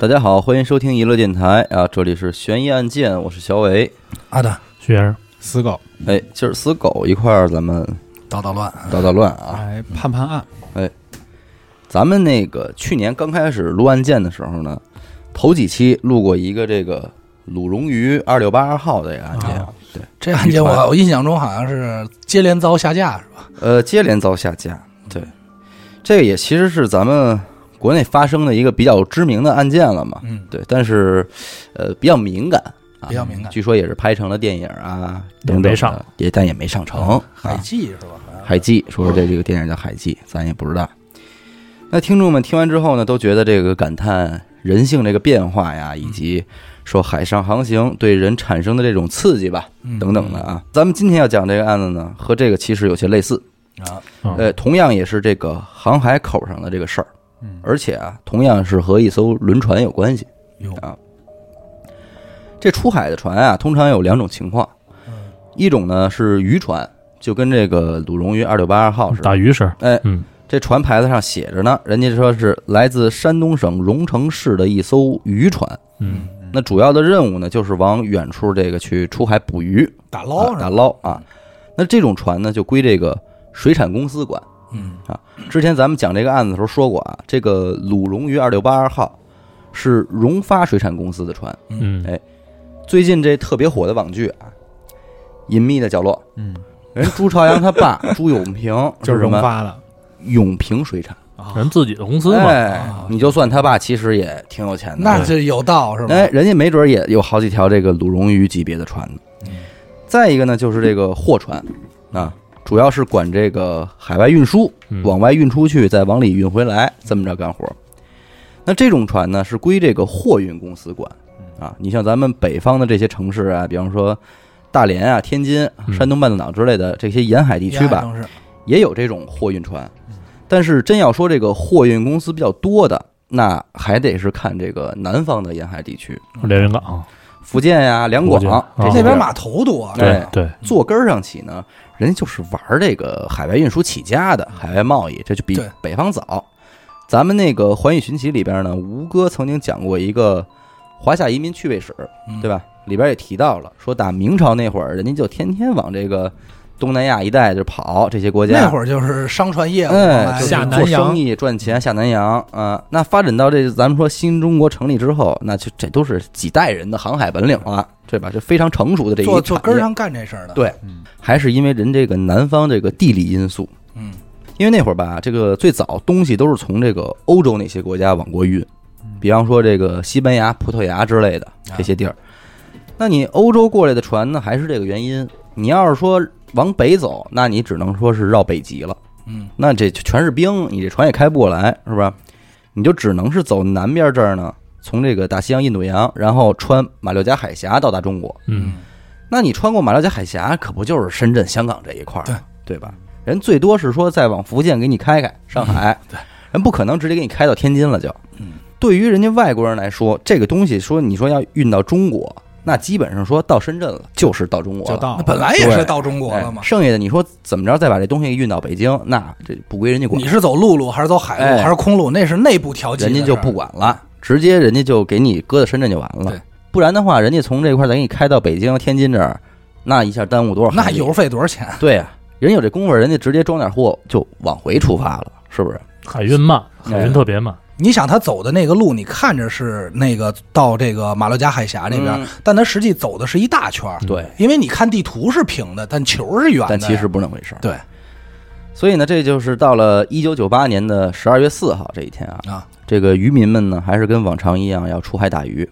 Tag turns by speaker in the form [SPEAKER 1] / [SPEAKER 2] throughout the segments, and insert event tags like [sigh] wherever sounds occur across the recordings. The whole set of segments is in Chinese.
[SPEAKER 1] 大家好，欢迎收听娱乐电台啊，这里是悬疑案件，我是小伟。
[SPEAKER 2] 阿达
[SPEAKER 3] 徐先生，
[SPEAKER 4] 死狗，
[SPEAKER 1] 哎，今儿死狗一块儿，咱们
[SPEAKER 2] 捣捣乱，
[SPEAKER 1] 捣捣乱啊。哎
[SPEAKER 4] 哎，判判案，
[SPEAKER 1] 咱们那个去年刚开始录案件的时候呢，头几期录过一个这个鲁荣鱼二六八二号的这个案件，
[SPEAKER 2] 啊
[SPEAKER 1] 对，
[SPEAKER 2] 这案件我我印象中好像是接连遭下架是吧？
[SPEAKER 1] 呃，接连遭下架。对，这个也其实是咱们国内发生的一个比较知名的案件了嘛。
[SPEAKER 2] 嗯，
[SPEAKER 1] 对，但是呃比较敏感，啊
[SPEAKER 2] 比较敏感
[SPEAKER 1] 据说也是拍成了电影啊，等等
[SPEAKER 3] 也
[SPEAKER 1] 的
[SPEAKER 3] 没上，
[SPEAKER 1] 也但也没上成。
[SPEAKER 2] 嗯海
[SPEAKER 1] 啊
[SPEAKER 2] 记是吧？好像
[SPEAKER 1] 海记，说是这这个电影叫《海记》，咱也不知道。那听众们听完之后呢，都觉得这个感叹人性这个变化呀，
[SPEAKER 2] 嗯
[SPEAKER 1] 以及说海上航行对人产生的这种刺激吧，
[SPEAKER 2] 嗯
[SPEAKER 1] 等等的啊。咱们今天要讲这个案子呢，和这个其实有些类似，
[SPEAKER 2] 啊，
[SPEAKER 3] 嗯
[SPEAKER 1] 呃，同样也是这个航海口上的这个事儿，
[SPEAKER 4] 嗯，
[SPEAKER 1] 而且啊，同样是和一艘轮船有关系
[SPEAKER 2] 有
[SPEAKER 1] 啊。这出海的船啊，通常有两种情况，
[SPEAKER 2] 嗯
[SPEAKER 1] 一种呢是渔船，就跟这个鲁荣鱼二六八二号似的
[SPEAKER 3] 打，鱼声，
[SPEAKER 1] 哎，
[SPEAKER 3] 嗯，
[SPEAKER 1] 这船牌子上写着呢，人家说是来自山东省荣成市的一艘渔船。
[SPEAKER 3] 嗯，
[SPEAKER 1] 那主要的任务呢，就是往远处这个去出海捕鱼、
[SPEAKER 2] 打
[SPEAKER 1] 啊
[SPEAKER 2] 捞是吧
[SPEAKER 1] 打捞啊。那这种船呢，就归这个水产公司
[SPEAKER 2] [clears throat]
[SPEAKER 1] 管。
[SPEAKER 2] 嗯
[SPEAKER 1] 之前咱们讲这个案子的时候说过啊，这个鲁荣鱼二六八二号是荣发水产公司的船。
[SPEAKER 3] 嗯
[SPEAKER 1] 哎最近这特别火的网剧啊，《隐秘的角落》，
[SPEAKER 4] 嗯，
[SPEAKER 1] 人朱朝阳他爸朱永
[SPEAKER 4] [laughs]
[SPEAKER 1] 平
[SPEAKER 4] 就是
[SPEAKER 1] 什
[SPEAKER 4] 荣
[SPEAKER 1] 么？
[SPEAKER 4] 发
[SPEAKER 2] 啊
[SPEAKER 4] 的
[SPEAKER 1] 永平水产。
[SPEAKER 4] 啊，
[SPEAKER 3] 嗯人自己的公司嘛，
[SPEAKER 1] 哎，
[SPEAKER 4] 哦
[SPEAKER 1] 你就算他爸其实也挺有钱的，
[SPEAKER 2] 那就有道是吧？
[SPEAKER 1] 哎，人家没准儿也有好几条这个鲁荣鱼级别的船呢。
[SPEAKER 4] 嗯
[SPEAKER 1] 再一个呢，就是这个货船啊，主要是管这个海外运输，
[SPEAKER 3] 嗯
[SPEAKER 1] 往外运出去，再往里运回来，这么着干活儿。那这种船呢，是归这个货运公司管啊。你像咱们北方的这些城市啊，比方说大连啊、天津、
[SPEAKER 3] 嗯
[SPEAKER 1] 山东半岛之类的这些沿海地区吧，
[SPEAKER 2] 沿海城市
[SPEAKER 1] 也有这种货运船，但是真要说这个货运公司比较多的，那还得是看这个南方的沿海地区，
[SPEAKER 3] 连云港，
[SPEAKER 1] 福建呀、两
[SPEAKER 3] 福
[SPEAKER 1] 广
[SPEAKER 3] 建
[SPEAKER 4] 哦
[SPEAKER 1] 这哎
[SPEAKER 3] 啊
[SPEAKER 1] 些
[SPEAKER 2] 那边
[SPEAKER 1] 码
[SPEAKER 2] 码头多，
[SPEAKER 1] 对
[SPEAKER 3] 对对，
[SPEAKER 1] 坐根儿上起呢，人家就是玩儿这个海外运输起家的，海外贸易这就比
[SPEAKER 2] 对
[SPEAKER 1] 北方早。咱们那个《环宇寻奇》里边呢，吴哥曾经讲过一个华夏移民趣味史，
[SPEAKER 2] 嗯
[SPEAKER 1] 对？吧？里边也提到了，说打明朝那会儿，人家就天天往这个东南亚一带就跑，这些国家
[SPEAKER 2] 那会儿就是商船业务，
[SPEAKER 1] 哎，就是
[SPEAKER 4] 下南
[SPEAKER 1] 做
[SPEAKER 4] 洋
[SPEAKER 1] 生意赚钱，下南洋啊、那发展到这，咱们说新中国成立之后，那就这都是几代人的航海本领了，对吧？这非常成熟的这一
[SPEAKER 2] 坐
[SPEAKER 1] 个
[SPEAKER 2] 坐
[SPEAKER 1] 产
[SPEAKER 2] 根儿
[SPEAKER 1] 业，
[SPEAKER 2] 上干这事儿的，
[SPEAKER 1] 对
[SPEAKER 4] 嗯
[SPEAKER 1] 还是因为人这个南方这个地理因素，
[SPEAKER 2] 嗯
[SPEAKER 1] 因为那会儿吧，这个最早东西都是从这个欧洲那些国家往过运，比方说这个西班牙、葡萄牙之类的这些地儿。那你欧洲过来的船呢，还是这个原因？你要是说往北走，那你只能说是绕北极了。
[SPEAKER 2] 嗯
[SPEAKER 1] 那这全是冰，你这船也开不过来，是吧？你就只能是走南边这儿呢，从这个大西洋、印度洋，然后穿马六甲海峡到达中国。
[SPEAKER 3] 嗯，
[SPEAKER 1] 那你穿过马六甲海峡，可不就是深圳、香港这一块儿，啊
[SPEAKER 2] 对
[SPEAKER 1] 对吧？人最多是说再往福建给你开开，上海，
[SPEAKER 2] 对，
[SPEAKER 1] 人不可能直接给你开到天津了就。
[SPEAKER 2] 嗯，
[SPEAKER 1] 对于人家外国人来说，这个东西说你说要运到中国，那基本上说到深圳了就是到中国
[SPEAKER 4] 就
[SPEAKER 1] 了。
[SPEAKER 4] 到
[SPEAKER 2] 那本来也
[SPEAKER 1] 对
[SPEAKER 2] 是到中国了
[SPEAKER 1] 哎
[SPEAKER 2] 嘛。
[SPEAKER 1] 剩下的你说怎么着再把这东西运到北京，那这不归人家管
[SPEAKER 2] 你，是走陆路还是走海路
[SPEAKER 1] 哎
[SPEAKER 2] 还是空路？那是内部调节的
[SPEAKER 1] 人
[SPEAKER 2] 事儿，
[SPEAKER 1] 家就不管了，直接人家就给你搁到深圳就完了
[SPEAKER 2] 对。
[SPEAKER 1] 不然的话，人家从这块儿再给你开到北京、天津这儿，那一下耽误多少？
[SPEAKER 2] 那油费多少钱？啊
[SPEAKER 1] 对呀、人有这功夫，人家直接装点货就往回出发了，是不是？
[SPEAKER 3] 海运慢，
[SPEAKER 1] 哎
[SPEAKER 3] 海运特别慢，
[SPEAKER 2] 你想他走的那个路，你看着是那个到这个马六甲海峡这边，
[SPEAKER 1] 嗯
[SPEAKER 2] 但他实际走的是一大圈儿。
[SPEAKER 1] 对，
[SPEAKER 2] 因为你看地图是平的，但球是圆的。
[SPEAKER 1] 但其实不是那回事儿。
[SPEAKER 2] 对
[SPEAKER 1] 所以呢，这就是到了一九九八年的十二月四号这一天啊，
[SPEAKER 2] 啊，
[SPEAKER 1] 这个渔民们呢还是跟往常一样要出海打鱼，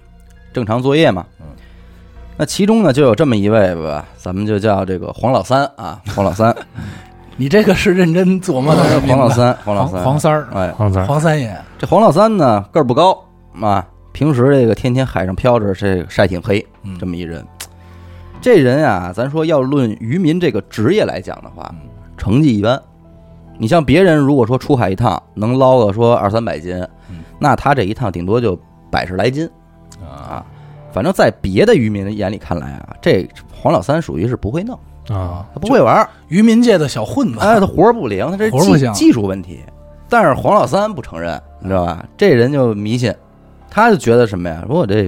[SPEAKER 1] 正常作业嘛。那其中呢就有这么一位吧，咱们就叫这个黄老三啊，黄老 [laughs] 三，
[SPEAKER 2] 你这个是认真琢磨的。
[SPEAKER 1] 嗯黄老三，黄老
[SPEAKER 4] 黄
[SPEAKER 1] 三，
[SPEAKER 4] 黄三儿，
[SPEAKER 1] 哎，
[SPEAKER 3] 黄三儿，
[SPEAKER 2] 黄三爷，
[SPEAKER 1] 这黄老三呢，个儿不高啊，平时这个天天海上漂着，这个晒挺黑，
[SPEAKER 2] 嗯
[SPEAKER 1] 这么一人。这人啊，咱说要论渔民这个职业来讲的话，
[SPEAKER 2] 嗯
[SPEAKER 1] 成绩一般。你像别人如果说出海一趟能捞个说二三百斤
[SPEAKER 2] 嗯，
[SPEAKER 1] 那他这一趟顶多就百十来斤啊。反正，在别的渔民的眼里看来啊，这黄老三属于是不会弄，
[SPEAKER 3] 啊，
[SPEAKER 1] 他不会玩儿，
[SPEAKER 2] 渔民界的小混子。啊
[SPEAKER 1] 哎，他活儿不灵，他这是
[SPEAKER 2] 活儿不
[SPEAKER 1] 技
[SPEAKER 2] 行
[SPEAKER 1] 技术问题。但是黄老三不承认，你知道吧？这人就迷信，他就觉得什么呀？说我这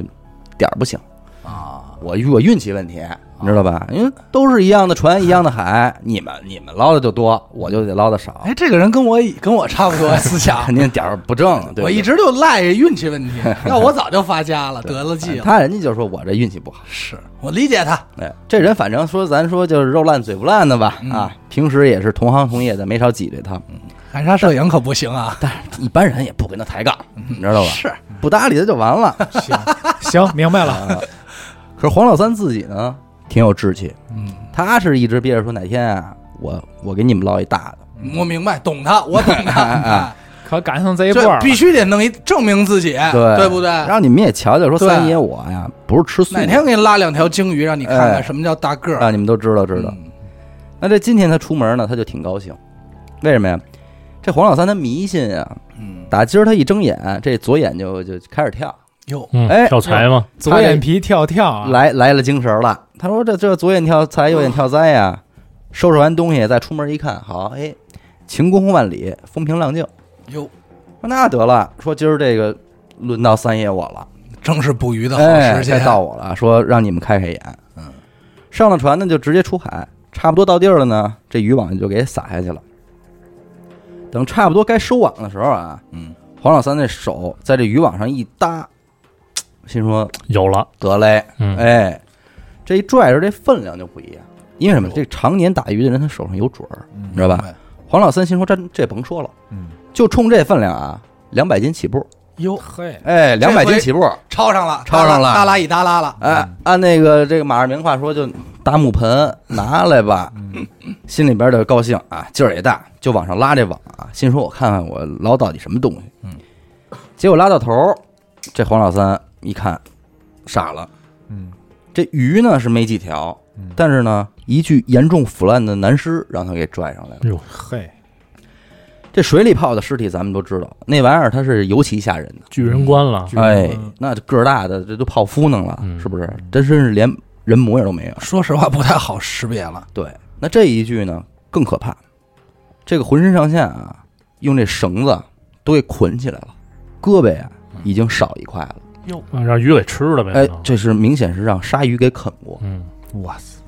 [SPEAKER 1] 点儿不行，
[SPEAKER 2] 啊，
[SPEAKER 1] 我我运气问题，你知道吧？因为都是一样的船，一样的海，你们你们捞的就多，我就得捞的少，
[SPEAKER 2] 哎，这个人跟我跟我差
[SPEAKER 1] [laughs]
[SPEAKER 2] 不多思想
[SPEAKER 1] 肯，定点儿不正。对不对
[SPEAKER 2] 我一直就赖运
[SPEAKER 1] [laughs]
[SPEAKER 2] 气问题，要我早就发家了，得了计了。
[SPEAKER 1] 哎他人家就说我这运气不好，
[SPEAKER 2] 是我理解他，
[SPEAKER 1] 哎，这人反正说咱说就是肉烂嘴不烂的吧，
[SPEAKER 2] 嗯
[SPEAKER 1] 啊，平时也是同行同业的，没少挤兑他，
[SPEAKER 2] 含沙射影可不行啊，
[SPEAKER 1] 但是一般人也不跟他抬杠，你知道吧？
[SPEAKER 2] 嗯是
[SPEAKER 1] 不搭理他就完了。
[SPEAKER 4] 行行，明白了，
[SPEAKER 1] 可是黄老三自己呢，挺有志气，
[SPEAKER 2] 嗯，
[SPEAKER 1] 他是一直憋着说哪天啊，我我给你们捞一大的，
[SPEAKER 2] 我明白，懂他，我懂
[SPEAKER 1] [laughs]
[SPEAKER 2] 他
[SPEAKER 1] 哎
[SPEAKER 2] 啊，
[SPEAKER 4] 可赶上这一波
[SPEAKER 2] 这
[SPEAKER 4] 儿
[SPEAKER 2] 必
[SPEAKER 4] 了，
[SPEAKER 2] 须得弄一证明自己，
[SPEAKER 1] 对
[SPEAKER 2] 哎对不对？
[SPEAKER 1] 让你们也瞧瞧，说
[SPEAKER 2] 对
[SPEAKER 1] 三爷我呀不是吃素的，
[SPEAKER 2] 哪天我给你拉两条鲸鱼，让你看
[SPEAKER 1] 哎
[SPEAKER 2] 看什么叫大个儿，
[SPEAKER 1] 让你们都知道知道。
[SPEAKER 2] 嗯
[SPEAKER 1] 那这今天他出门呢，他就挺高兴，为什么呀？这黄老三他迷信啊，
[SPEAKER 2] 嗯，
[SPEAKER 1] 打今儿他一睁眼，这左眼就就开始跳，
[SPEAKER 2] 哟，
[SPEAKER 3] 嗯
[SPEAKER 1] 哎，
[SPEAKER 3] 跳财嘛，
[SPEAKER 4] 左眼皮跳跳啊，
[SPEAKER 1] 来来了精神儿了。他说这这左眼跳财，右眼跳灾呀。收拾完东西再出门一看，好，哎，晴空万里，风平浪静。
[SPEAKER 2] 哟，
[SPEAKER 1] 说那得了，说今儿这个轮到三爷我了，
[SPEAKER 2] 正是捕鱼的好
[SPEAKER 1] 哎，
[SPEAKER 2] 时节
[SPEAKER 1] 该，到我了，说让你们开开眼。嗯，上了船呢，就直接出海，差不多到地儿了呢，这渔网就给撒下去了。等差不多该收网的时候啊，
[SPEAKER 2] 嗯，
[SPEAKER 1] 黄老三那手在这渔网上一搭，心说
[SPEAKER 3] 有了，
[SPEAKER 1] 得嘞，
[SPEAKER 3] 嗯，
[SPEAKER 1] 哎，这一拽着这分量就不一样，因为什么？这常年打鱼的人，他手上有准儿，你知道吧？
[SPEAKER 2] 吧？
[SPEAKER 1] 黄老三心说这这甭说了，
[SPEAKER 4] 嗯，
[SPEAKER 1] 就冲这分量啊，两百斤起步，
[SPEAKER 2] 哟，
[SPEAKER 4] 嘿，
[SPEAKER 1] 哎，两百
[SPEAKER 2] 这
[SPEAKER 1] 斤
[SPEAKER 2] 回
[SPEAKER 1] 起步，
[SPEAKER 2] 抄上了，
[SPEAKER 1] 抄上了
[SPEAKER 2] 耷拉一耷拉了，
[SPEAKER 1] 哎，按那个这个马尔明话说，就打木盆拿来吧，心里边就高兴啊，劲儿也大，就往上拉这网啊，心说我看看我捞到底什么东西，嗯，结果拉到头儿，这黄老三一看傻了，
[SPEAKER 4] 嗯，
[SPEAKER 1] 这鱼呢是没几条，但是呢一具严重腐烂的男尸让他给拽上来了。
[SPEAKER 3] 哟，
[SPEAKER 4] 嘿，
[SPEAKER 1] 这水里泡的尸体咱们都知道，那玩意儿它是尤其吓人的。
[SPEAKER 3] 巨人观了，
[SPEAKER 4] 巨
[SPEAKER 1] 哎
[SPEAKER 4] 嗯，
[SPEAKER 1] 那这个儿大的这都泡芙弄了，
[SPEAKER 3] 嗯
[SPEAKER 1] 是不是？真真是连人模样都没有。
[SPEAKER 2] 说实话不太好识别了，
[SPEAKER 1] 对，那这一句呢更可怕，这个浑身上下啊，用这绳子都给捆起来了，胳膊呀、已经少一块了。
[SPEAKER 3] 哟，让鱼给吃了呗，
[SPEAKER 1] 嗯哎，这是明显是让鲨鱼给啃过。
[SPEAKER 3] 嗯，
[SPEAKER 4] 哇塞，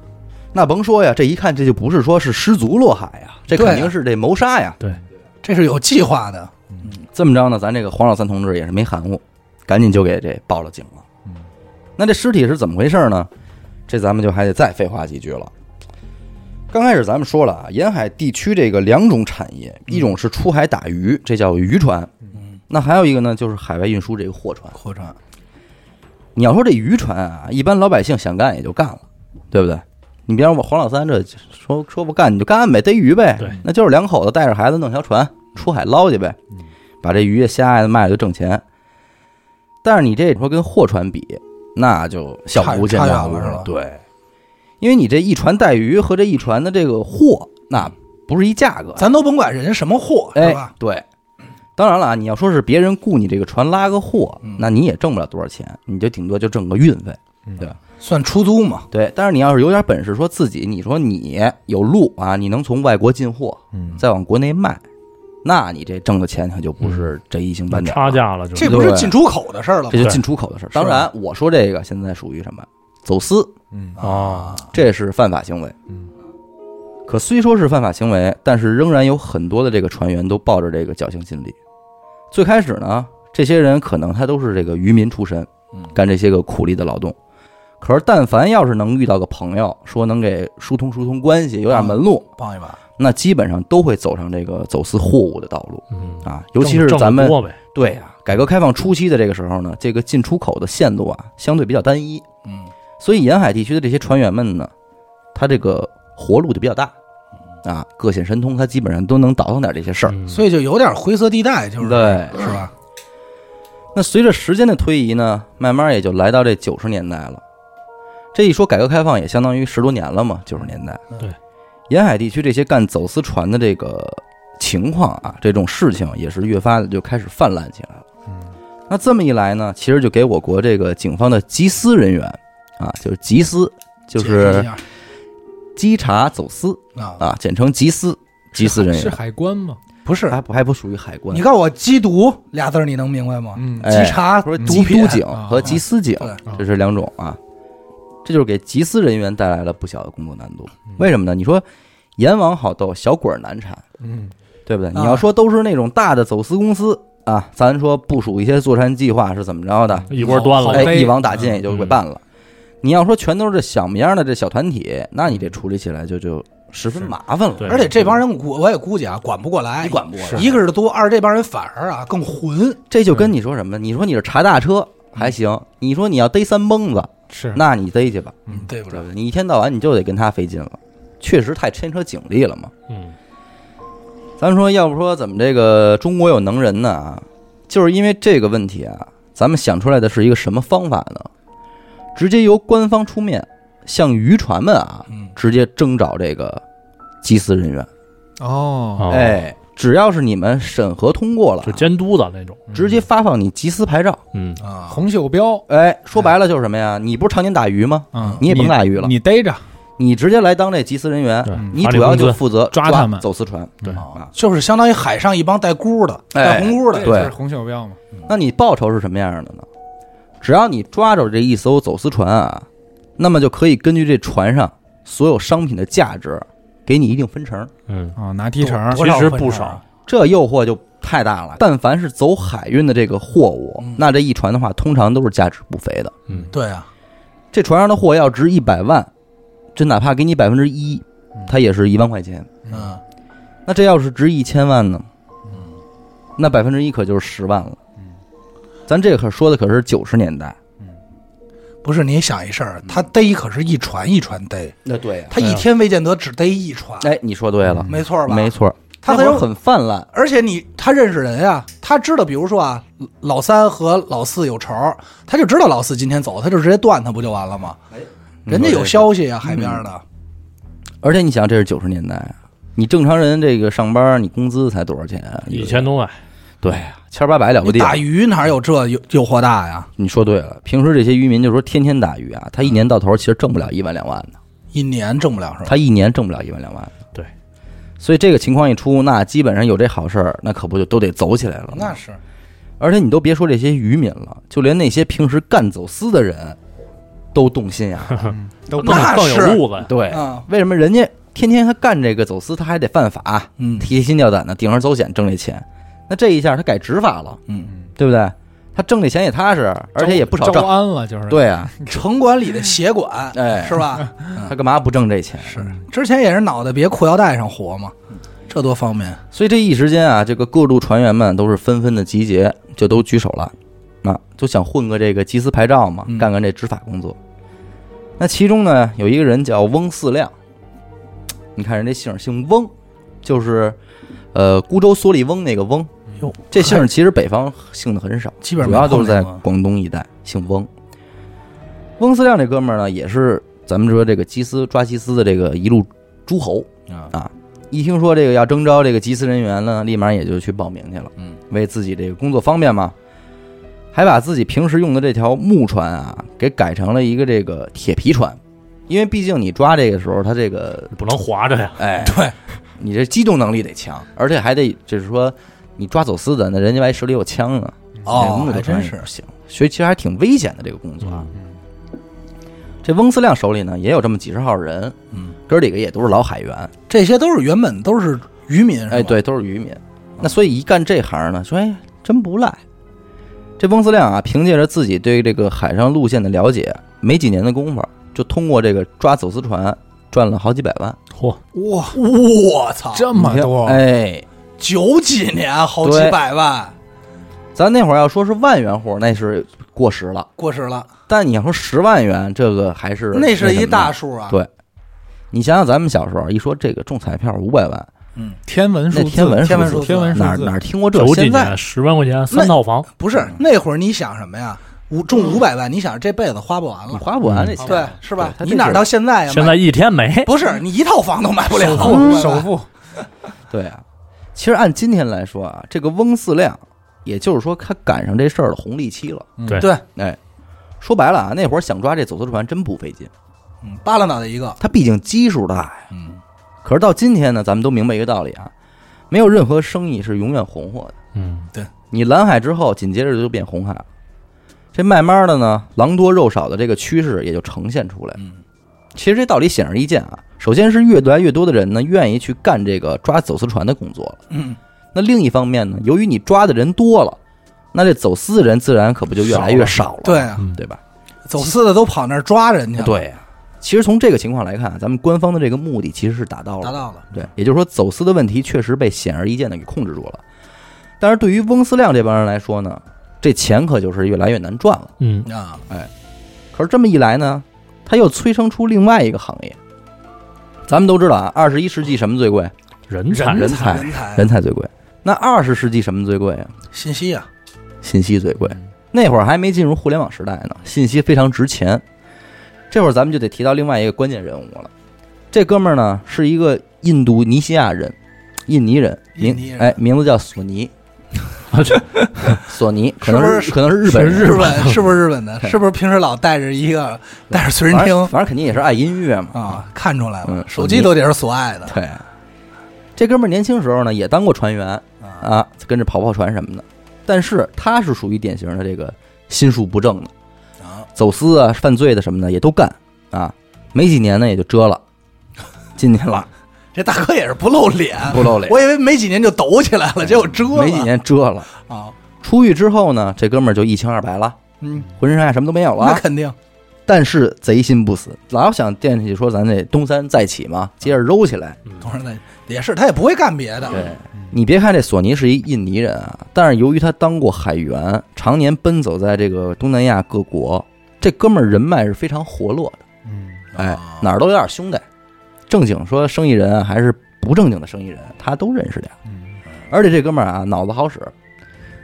[SPEAKER 1] 那甭说呀，这一看这就不是说是失足落海呀，这
[SPEAKER 2] 对
[SPEAKER 1] 肯定是这谋杀呀。
[SPEAKER 3] 对，
[SPEAKER 2] 这是有计划的，
[SPEAKER 1] 这么着呢，咱这个黄老三同志也是没含糊，赶紧就给这报了警了。
[SPEAKER 4] 嗯，
[SPEAKER 1] 那这尸体是怎么回事呢？这咱们就还得再废话几句了。刚开始咱们说了啊，沿海地区这个两种产业，一种是出海打鱼，这叫渔船；
[SPEAKER 2] 嗯，
[SPEAKER 1] 那还有一个呢，就是海外运输这个货船。
[SPEAKER 2] 扩张，
[SPEAKER 1] 你要说这渔船啊，一般老百姓想干也就干了，对不对？你别让我黄老三这说说不干你就干呗，逮鱼呗
[SPEAKER 3] 对，
[SPEAKER 1] 那就是两口子带着孩子弄条船出海捞去呗，
[SPEAKER 2] 嗯
[SPEAKER 1] 把这鱼虾呀卖了就挣钱。但是你这说跟货船比，那就小巫见
[SPEAKER 2] 差
[SPEAKER 1] 大巫
[SPEAKER 2] 差远了是吧
[SPEAKER 1] 对，因为你这一船带鱼和这一船的这个货，那不是一价格，
[SPEAKER 2] 咱都甭管人什么货是
[SPEAKER 1] 哎
[SPEAKER 2] 吧？，
[SPEAKER 1] 对。当然了啊，你要说是别人雇你这个船拉个货，
[SPEAKER 2] 嗯
[SPEAKER 1] 那你也挣不了多少钱，你就顶多就挣个运费。
[SPEAKER 2] 算出租嘛，
[SPEAKER 1] 对，但是你要是有点本事，说自己，你说你有路啊，你能从外国进货，
[SPEAKER 4] 嗯，
[SPEAKER 1] 再往国内卖，那你这挣的钱可就不是这一星半点
[SPEAKER 3] 嗯差
[SPEAKER 1] 儿了，
[SPEAKER 3] 价啊了，就是
[SPEAKER 2] 这不是进出口的事儿了吗
[SPEAKER 1] 这就进出口的事儿。当然，我说这个现在属于什么走私，
[SPEAKER 4] 嗯，
[SPEAKER 3] 啊，
[SPEAKER 1] 这是犯法行为。
[SPEAKER 4] 嗯，
[SPEAKER 1] 可虽说是犯法行为，但是仍然有很多的这个船员都抱着这个侥幸心理。最开始呢，这些人可能他都是这个渔民出身
[SPEAKER 2] 嗯，
[SPEAKER 1] 干这些个苦力的劳动。可是，但凡要是能遇到个朋友，说能给疏通疏通关系，有
[SPEAKER 3] 啊
[SPEAKER 1] 点门路，
[SPEAKER 2] 帮一把，
[SPEAKER 1] 那基本上都会走上这个走私货物的道路
[SPEAKER 3] 嗯，
[SPEAKER 1] 啊。尤其是
[SPEAKER 3] 挣得
[SPEAKER 1] 咱们
[SPEAKER 3] 多呗，
[SPEAKER 1] 对啊，改革开放初期的这个时候呢，这个进出口的线路啊，相对比较单一，
[SPEAKER 2] 嗯，
[SPEAKER 1] 所以沿海地区的这些船员们呢，他这个活路就比较大，啊，各显神通，他基本上都能倒腾点这些事儿。
[SPEAKER 3] 嗯
[SPEAKER 2] 所以就有点灰色地带，就是
[SPEAKER 1] 对，
[SPEAKER 2] 是吧？
[SPEAKER 1] 那随着时间的推移呢，慢慢也就来到这九十年代了。这一说改革开放也相当于十多年了嘛，九十年代。
[SPEAKER 2] 嗯
[SPEAKER 3] 对，
[SPEAKER 1] 沿海地区这些干走私船的这个情况啊，这种事情也是越发的就开始泛滥起来了。
[SPEAKER 2] 嗯
[SPEAKER 1] 那这么一来呢，其实就给我国这个警方的缉私人员啊，就是缉私，就
[SPEAKER 2] 解释一
[SPEAKER 1] 是
[SPEAKER 2] 下
[SPEAKER 1] 稽查走私啊
[SPEAKER 2] 啊，
[SPEAKER 1] 啊，简称缉私，缉私人
[SPEAKER 4] 是
[SPEAKER 1] 员。
[SPEAKER 4] 海关吗？
[SPEAKER 2] 不是，
[SPEAKER 1] 还不还不属于海关
[SPEAKER 2] 你。告诉我“缉毒”俩字儿你能明白吗？
[SPEAKER 4] 嗯啊
[SPEAKER 1] 哎
[SPEAKER 2] 稽查
[SPEAKER 1] 说
[SPEAKER 2] 缉
[SPEAKER 1] 缉毒
[SPEAKER 2] 毒
[SPEAKER 1] 警和缉私警
[SPEAKER 2] 啊
[SPEAKER 4] 对，
[SPEAKER 1] 这是两种啊。这就是给缉私人员带来了不小的工作难度
[SPEAKER 4] 嗯。
[SPEAKER 1] 为什么呢？你说阎王好斗，小鬼儿难缠，
[SPEAKER 4] 嗯，
[SPEAKER 1] 对不对？
[SPEAKER 2] 啊
[SPEAKER 1] 你要说都是那种大的走私公司啊，咱说部署一些作战计划是怎么着
[SPEAKER 4] 嗯
[SPEAKER 1] 的，
[SPEAKER 3] 一锅端
[SPEAKER 4] 好
[SPEAKER 3] 了
[SPEAKER 4] 好，
[SPEAKER 1] 哎，
[SPEAKER 4] 逮
[SPEAKER 1] 一网打尽也
[SPEAKER 4] 嗯
[SPEAKER 1] 就给办了。你要说全都是这小模样的这小团体，那你这
[SPEAKER 4] 嗯
[SPEAKER 1] 处理起来就就十分
[SPEAKER 3] 是
[SPEAKER 1] 麻烦了。
[SPEAKER 3] 对
[SPEAKER 2] 而且这帮人我我也估计啊，管不过来，
[SPEAKER 1] 你管不过来
[SPEAKER 2] 一个是多，二是这帮人反而啊更混，
[SPEAKER 1] 这就跟你说什么？你说你是查大车还行，你说你要逮三蹦子，
[SPEAKER 4] 嗯是
[SPEAKER 1] 那你逮去吧，
[SPEAKER 4] 嗯
[SPEAKER 2] 对不
[SPEAKER 1] 对
[SPEAKER 2] 对？
[SPEAKER 1] 不对？你一天到晚你就得跟他费劲了，确实太牵扯警力了嘛。
[SPEAKER 3] 嗯，
[SPEAKER 1] 咱说，要不说怎么这个中国有能人呢？啊，就是因为这个问题啊，咱们想出来的是一个什么方法呢？直接由官方出面向渔船们啊，
[SPEAKER 2] 嗯，
[SPEAKER 1] 直接征找这个缉私人员。
[SPEAKER 4] 哦，
[SPEAKER 3] 哦，
[SPEAKER 1] 哎，只要是你们审核通过了
[SPEAKER 3] 就，监督的那种，
[SPEAKER 1] 直接发放你缉私牌照。
[SPEAKER 3] 嗯，
[SPEAKER 2] 啊，
[SPEAKER 4] 红袖标，
[SPEAKER 1] 哎，说白了就是什么呀？你不是常年打鱼吗？
[SPEAKER 4] 嗯，
[SPEAKER 1] 你也甭打鱼了
[SPEAKER 4] 你逮着，
[SPEAKER 1] 你直接来当这缉私人员，
[SPEAKER 3] 对，
[SPEAKER 1] 你
[SPEAKER 3] 嗯发这
[SPEAKER 1] 主要
[SPEAKER 3] 工
[SPEAKER 1] 就
[SPEAKER 3] 资
[SPEAKER 1] 负责
[SPEAKER 4] 抓他们
[SPEAKER 1] 走私船。
[SPEAKER 3] 对
[SPEAKER 1] 啊，
[SPEAKER 2] 就是相当于海上一帮带箍的、
[SPEAKER 1] 哎
[SPEAKER 2] 带红箍的，
[SPEAKER 4] 这
[SPEAKER 1] 对
[SPEAKER 4] 就是红袖标嘛，嗯
[SPEAKER 1] 那你报酬是什么样的呢？只要你抓着这一艘走私船啊，那么就可以根据这船上所有商品的价值，给你一定分成。
[SPEAKER 3] 嗯，
[SPEAKER 4] 啊，拿提成，
[SPEAKER 2] 多
[SPEAKER 3] 其实
[SPEAKER 2] 多
[SPEAKER 3] 不
[SPEAKER 2] 分啊成
[SPEAKER 3] 少，
[SPEAKER 1] 这诱惑就太大了。但凡是走海运的这个货物
[SPEAKER 2] 嗯，
[SPEAKER 1] 那这一船的话，通常都是价值不菲的。
[SPEAKER 3] 嗯，
[SPEAKER 2] 对啊，
[SPEAKER 1] 这船上的货要值一百万，这哪怕给你百分之一
[SPEAKER 4] 嗯，
[SPEAKER 1] 它也是一万块钱。
[SPEAKER 2] 嗯，
[SPEAKER 1] 那这要是值一千万呢？那百分之一可就是十万了。
[SPEAKER 4] 嗯
[SPEAKER 1] 咱这可说的可是九十年代。
[SPEAKER 2] 不是你想一事儿，他逮可是一船一船逮，
[SPEAKER 1] 那嗯对呀
[SPEAKER 2] 他一天未见得只逮一船，
[SPEAKER 1] 哎，你说对了，
[SPEAKER 2] 嗯没错吧？
[SPEAKER 1] 没，错，
[SPEAKER 2] 他
[SPEAKER 1] 那
[SPEAKER 2] 很
[SPEAKER 1] 会
[SPEAKER 2] 有
[SPEAKER 1] 儿很泛滥。
[SPEAKER 2] 而且你他认识人呀、他知道，比如说啊，老三和老四有仇，他就知道老四今天走，他就直接断他不就完了吗？人家有消息呀、啊海边的，
[SPEAKER 1] 而且你想，这是九十年代啊，你正常人这个上班，你工资才多少钱啊？
[SPEAKER 3] 嗯一千多万，
[SPEAKER 1] 对啊，千儿八百了不
[SPEAKER 2] 你
[SPEAKER 1] 地。
[SPEAKER 2] 打鱼哪有这诱诱惑大呀？
[SPEAKER 1] 你说对了，平时这些渔民就说天天打鱼啊，他一年到头其实挣不了一万两万的，
[SPEAKER 2] 一年挣不了是吧？
[SPEAKER 1] 他一年挣不了一万两万的。
[SPEAKER 3] 对，
[SPEAKER 1] 所以这个情况一出，那基本上有这好事儿，那可不就都得走起来了吗？
[SPEAKER 2] 那是，
[SPEAKER 1] 而且你都别说这些渔民了，就连那些平时干走私的人，都动心呀、
[SPEAKER 2] [laughs]
[SPEAKER 4] 嗯都
[SPEAKER 3] 更
[SPEAKER 2] 那
[SPEAKER 3] 更
[SPEAKER 2] 是
[SPEAKER 3] 有路子呀，
[SPEAKER 1] 对
[SPEAKER 2] 嗯
[SPEAKER 1] 为什么人家天天他干这个走私，他还得犯法，
[SPEAKER 2] 嗯
[SPEAKER 1] 提心吊胆的铤而走险挣这钱？那这一下他改执法了，
[SPEAKER 2] 嗯，
[SPEAKER 1] 对不对？他挣这钱也踏实，而且也不少
[SPEAKER 4] 招
[SPEAKER 1] 挣。
[SPEAKER 4] 安了，就是，
[SPEAKER 1] 对啊，
[SPEAKER 2] 城管里的协管，
[SPEAKER 1] 哎
[SPEAKER 2] 是吧？
[SPEAKER 1] 他干嘛不挣这钱？
[SPEAKER 2] 是，之前也是脑袋别裤腰带上活嘛，这多方便。
[SPEAKER 1] 所以这一时间啊，这个各路船员们都是纷纷的集结，就都举手了，啊，就想混个这个缉私牌照嘛
[SPEAKER 2] 嗯，
[SPEAKER 1] 干干这执法工作。那其中呢，有一个人叫翁四亮，你看人这姓儿姓翁，就是呃孤舟蓑笠翁那个翁。
[SPEAKER 2] 哟，
[SPEAKER 1] 这姓儿其实北方姓的很少，
[SPEAKER 2] 基本
[SPEAKER 1] 主
[SPEAKER 2] 没
[SPEAKER 1] 要都是在
[SPEAKER 2] 碰见过
[SPEAKER 1] 广东一带，姓翁。翁思亮这哥们儿呢，也是咱们说这个缉私抓缉私的这个一路诸侯
[SPEAKER 2] 啊
[SPEAKER 1] 啊。一听说这个要征召这个缉私人员呢，立马也就去报名去了，
[SPEAKER 2] 嗯，
[SPEAKER 1] 为自己这个工作方便嘛，还把自己平时用的这条木船啊，给改成了一个这个铁皮船，因为毕竟你抓这个时候，它这
[SPEAKER 2] [laughs]
[SPEAKER 1] 个
[SPEAKER 3] 不能划着呀，
[SPEAKER 1] 哎，
[SPEAKER 2] 对，
[SPEAKER 1] 你这机动能力得强，而且还得就是说你抓走私的，那人家万一手里有枪呢，那
[SPEAKER 2] 哦
[SPEAKER 1] 木，头
[SPEAKER 2] 还真
[SPEAKER 1] 船也
[SPEAKER 2] 是
[SPEAKER 1] 不，行，所以其实还挺危险的这个工作啊。
[SPEAKER 4] 嗯
[SPEAKER 1] 这翁思亮手里呢也有这么几十号人，
[SPEAKER 2] 嗯，
[SPEAKER 1] 哥几个也都是老海员，
[SPEAKER 2] 这些都是原本都是渔民，是嗯吧
[SPEAKER 1] 哎，，对，都是渔民。那所以一干这行呢，说哎真不赖。这翁思亮啊，凭借着自己对这个海上路线的了解，没几年的功夫，就通过这个抓走私船赚了好几百万，
[SPEAKER 3] 嚯，
[SPEAKER 4] 哇，
[SPEAKER 2] 我操，
[SPEAKER 4] 这么多，
[SPEAKER 1] 哎，
[SPEAKER 2] 九几年好几
[SPEAKER 1] 对
[SPEAKER 2] 百万，
[SPEAKER 1] 咱那会儿要说是万元户，那是过时了。
[SPEAKER 2] 过时了，
[SPEAKER 1] 但你要说十万元，这个还是
[SPEAKER 2] 那是一大
[SPEAKER 1] 数。
[SPEAKER 2] 数啊。
[SPEAKER 1] 对你想想，咱们小时候一说这个中彩票五百万，
[SPEAKER 4] 天文数
[SPEAKER 1] 那
[SPEAKER 4] 字，
[SPEAKER 1] 天文数字
[SPEAKER 4] 天数字，
[SPEAKER 2] 天文
[SPEAKER 1] 哪儿
[SPEAKER 4] 数字
[SPEAKER 1] 哪儿听过这？
[SPEAKER 3] 九几
[SPEAKER 1] 现在
[SPEAKER 3] 年十万块钱三套房，
[SPEAKER 2] 不是
[SPEAKER 1] 嗯
[SPEAKER 2] 那会儿你想什么呀？五中五百万，你想这辈子花不完
[SPEAKER 1] 你
[SPEAKER 2] 了，
[SPEAKER 1] 花不完
[SPEAKER 4] 嗯
[SPEAKER 1] 这钱，
[SPEAKER 2] 对，是吧
[SPEAKER 1] 嗯对？他这
[SPEAKER 2] 你哪
[SPEAKER 1] 是嗯
[SPEAKER 2] 到现在呀？
[SPEAKER 3] 现在一天没，
[SPEAKER 2] 不是你一套房都买不了，嗯
[SPEAKER 4] 首付，
[SPEAKER 1] 对啊。其实按今天来说啊，这个翁四亮，也就是说他赶上这事儿的红利期了。
[SPEAKER 3] 对
[SPEAKER 2] 对，
[SPEAKER 1] 哎，说白了啊，那会儿想抓这走私船真不费劲，
[SPEAKER 2] 嗯扒拉脑袋一个，
[SPEAKER 1] 他毕竟基数大呀。
[SPEAKER 2] 嗯，
[SPEAKER 1] 可是到今天呢，咱们都明白一个道理啊，没有任何生意是永远红火的。
[SPEAKER 3] 嗯
[SPEAKER 1] 你蓝海之后，紧接着就变红海了。这慢慢的呢，狼多肉少的这个趋势也就呈现出来了。
[SPEAKER 2] 嗯
[SPEAKER 1] 其实这道理显而易见啊。首先是越来越多的人呢，愿意去干这个抓走私船的工作了。
[SPEAKER 2] 嗯，
[SPEAKER 1] 那另一方面呢，由于你抓的人多了，那这走私的人自然可不就越来越少了，
[SPEAKER 2] 对啊，
[SPEAKER 3] 嗯，
[SPEAKER 1] 对吧？
[SPEAKER 2] 走私的都跑那儿抓人去了，
[SPEAKER 1] 对呀、啊其实从这个情况来看，啊咱们官方的这个目的其实是达到了，
[SPEAKER 2] 达到了，
[SPEAKER 1] 对，也就是说，走私的问题确实被显而易见的给控制住了。但是对于翁思亮这帮人来说呢，这钱可就是越来越难赚了。
[SPEAKER 3] 嗯
[SPEAKER 2] 啊，
[SPEAKER 1] 可是这么一来呢，他又催生出另外一个行业。咱们都知道啊，二十一世纪什么最贵？
[SPEAKER 3] 人才
[SPEAKER 1] 人
[SPEAKER 2] 才
[SPEAKER 1] 才
[SPEAKER 2] 人才
[SPEAKER 1] 人才最贵。那二十世纪什么最贵啊？
[SPEAKER 2] 信息啊，
[SPEAKER 1] 信息最贵。
[SPEAKER 2] 嗯
[SPEAKER 1] 那会儿还没进入互联网时代呢，信息非常值钱。这会儿咱们就得提到另外一个关键人物了。这哥们儿呢是一个印度尼西亚人，印尼人，
[SPEAKER 2] 印尼
[SPEAKER 1] 名
[SPEAKER 2] 人啊
[SPEAKER 1] 哎名字叫索
[SPEAKER 2] [laughs]
[SPEAKER 1] 尼，索尼可能
[SPEAKER 2] 是不是
[SPEAKER 1] 可能 [laughs] 是日本人，
[SPEAKER 2] 日本是不是日本的？是不是平时老带着一个带着随身
[SPEAKER 1] 反正
[SPEAKER 2] 听
[SPEAKER 1] 反正肯定也是爱音乐嘛
[SPEAKER 2] 啊？看出来了
[SPEAKER 1] 嗯，
[SPEAKER 2] 手机都得是索爱的
[SPEAKER 1] 对，这哥们儿年轻时候呢也当过船员啊，跟着跑跑船什么的，但是他是属于典型的这个心术不正的，
[SPEAKER 2] 啊，
[SPEAKER 1] 走私啊、犯罪的什么的也都干啊，没几年呢也就遮了，进去
[SPEAKER 2] [laughs]
[SPEAKER 1] 了
[SPEAKER 2] 这大哥也是不露脸，
[SPEAKER 1] 不露脸，
[SPEAKER 2] 我以为没几年就抖起来了，结果遮了
[SPEAKER 1] 没几年遮
[SPEAKER 2] [laughs]
[SPEAKER 1] 了。
[SPEAKER 2] 啊，
[SPEAKER 1] 出狱之后呢，这哥们儿就一清二白了，
[SPEAKER 2] 嗯，
[SPEAKER 1] 浑身上下什么都没有了
[SPEAKER 2] 那
[SPEAKER 1] 啊，
[SPEAKER 2] 肯定
[SPEAKER 1] 但是贼心不死，老想惦记说咱这东山再起嘛，接着揉起来。
[SPEAKER 3] 嗯
[SPEAKER 2] 同时那也是，他也不会干别的，啊
[SPEAKER 1] 对，你别看这索尼是一印尼人啊，但是由于他当过海员，常年奔走在这个东南亚各国，这哥们儿人脉是非常活络的。
[SPEAKER 4] 嗯，
[SPEAKER 1] 哎
[SPEAKER 2] 啊，
[SPEAKER 1] 哪儿都有点兄弟，正经说生意人啊还是不正经的生意人，他都认识点儿。
[SPEAKER 4] 嗯
[SPEAKER 1] 而且这哥们儿啊，脑子好使，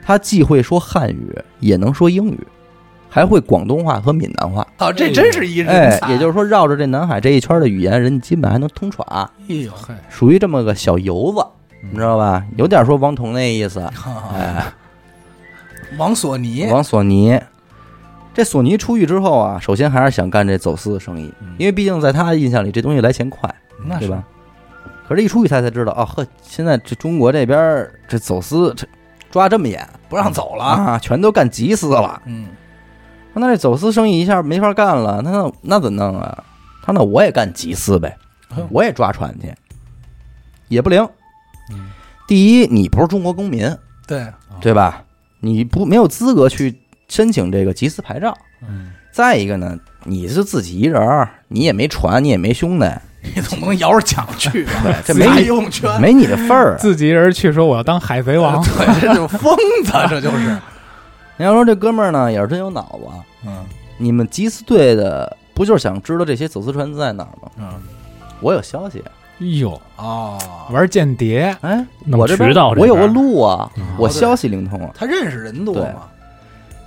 [SPEAKER 1] 他既会说汉语，也能说英语，还会广东话和闽南话。
[SPEAKER 2] 操，这真是一人
[SPEAKER 1] 哎
[SPEAKER 2] 才，，
[SPEAKER 1] 也就是说，绕着这南海这一圈的语言，人基本还能通耍，
[SPEAKER 2] 哎呦，
[SPEAKER 4] 嗨，
[SPEAKER 1] 属于这么个小游子，你知道吧？有点说王彤那意思。哎，
[SPEAKER 2] 王索尼，
[SPEAKER 1] 王索尼，这索尼出狱之后啊，首先还是想干这走私的生意，因为毕竟在他的印象里，这东西来钱快。
[SPEAKER 2] 那
[SPEAKER 1] 对吧？可是，一出去他才知道，哦呵，现在这中国这边儿这走私这抓这么严
[SPEAKER 2] 不让走了，
[SPEAKER 1] 啊，全都干急私了。
[SPEAKER 2] 嗯，
[SPEAKER 1] 那这走私生意一下没法干了，那那怎弄啊？他那我也干急私呗，我也抓船去，也不灵
[SPEAKER 4] 嗯。
[SPEAKER 1] 第一，你不是中国公民，
[SPEAKER 2] 对，
[SPEAKER 1] 对吧？你不没有资格去申请这个集私牌照。
[SPEAKER 4] 嗯，
[SPEAKER 1] 再一个呢，你是自己一人儿，你也没船，你也没兄弟，
[SPEAKER 2] 你总不能摇着桨去吧？
[SPEAKER 1] [laughs] 对，这
[SPEAKER 2] 自己
[SPEAKER 1] 没
[SPEAKER 2] 游泳圈，
[SPEAKER 1] 没你的份儿啊。
[SPEAKER 4] 自己人去说我要当海贼 [laughs] 王，
[SPEAKER 2] 对，这就是疯子，这就是，
[SPEAKER 1] 你要说这哥们儿呢，也是真有脑子啊。
[SPEAKER 2] 嗯
[SPEAKER 1] 你们缉私队的不就是想知道这些走私船在哪儿吗？
[SPEAKER 2] 嗯，
[SPEAKER 1] 我有消息，
[SPEAKER 4] 哟，
[SPEAKER 2] 哦，
[SPEAKER 4] 玩间谍，
[SPEAKER 1] 哎，
[SPEAKER 3] 弄
[SPEAKER 1] 我这边
[SPEAKER 3] 渠道这
[SPEAKER 1] 我有
[SPEAKER 3] 边
[SPEAKER 1] 个路啊，我
[SPEAKER 2] 哦对
[SPEAKER 1] 消息灵通啊。
[SPEAKER 2] 他认识人多嘛？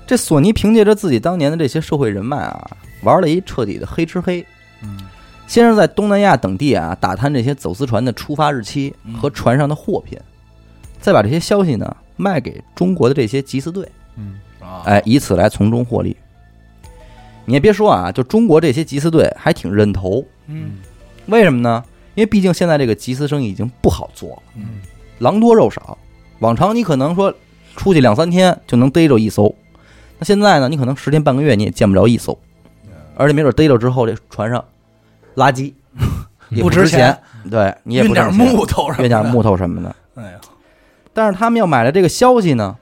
[SPEAKER 1] 这索尼凭借着自己当年的这些社会人脉啊，玩了一彻底的黑吃黑。
[SPEAKER 4] 嗯
[SPEAKER 1] 先是在东南亚等地啊打探这些走私船的出发日期和船上的货品，再把这些消息呢卖给中国的这些缉私队。
[SPEAKER 4] 嗯，
[SPEAKER 2] 啊，
[SPEAKER 1] 哎，以此来从中获利。你也别说啊，就中国这些集私队还挺认头，
[SPEAKER 2] 嗯
[SPEAKER 1] 为什么呢？因为毕竟现在这个集私生意已经不好做了，
[SPEAKER 2] 嗯，
[SPEAKER 1] 狼多肉少。往常你可能说出去两三天就能逮着一艘，那现在呢，你可能十天半个月你也见不着一艘，
[SPEAKER 2] 嗯
[SPEAKER 1] 而且没准逮着之后这船上垃
[SPEAKER 2] [laughs]
[SPEAKER 1] 圾也
[SPEAKER 2] 不值
[SPEAKER 1] 值
[SPEAKER 2] 钱，
[SPEAKER 1] 对你也
[SPEAKER 2] 运
[SPEAKER 1] 不
[SPEAKER 2] 点
[SPEAKER 1] 挣钱
[SPEAKER 2] 木头什么的，
[SPEAKER 1] 运点木头什么的。
[SPEAKER 2] 哎呀，
[SPEAKER 1] 但是他们要买了这个消息呢，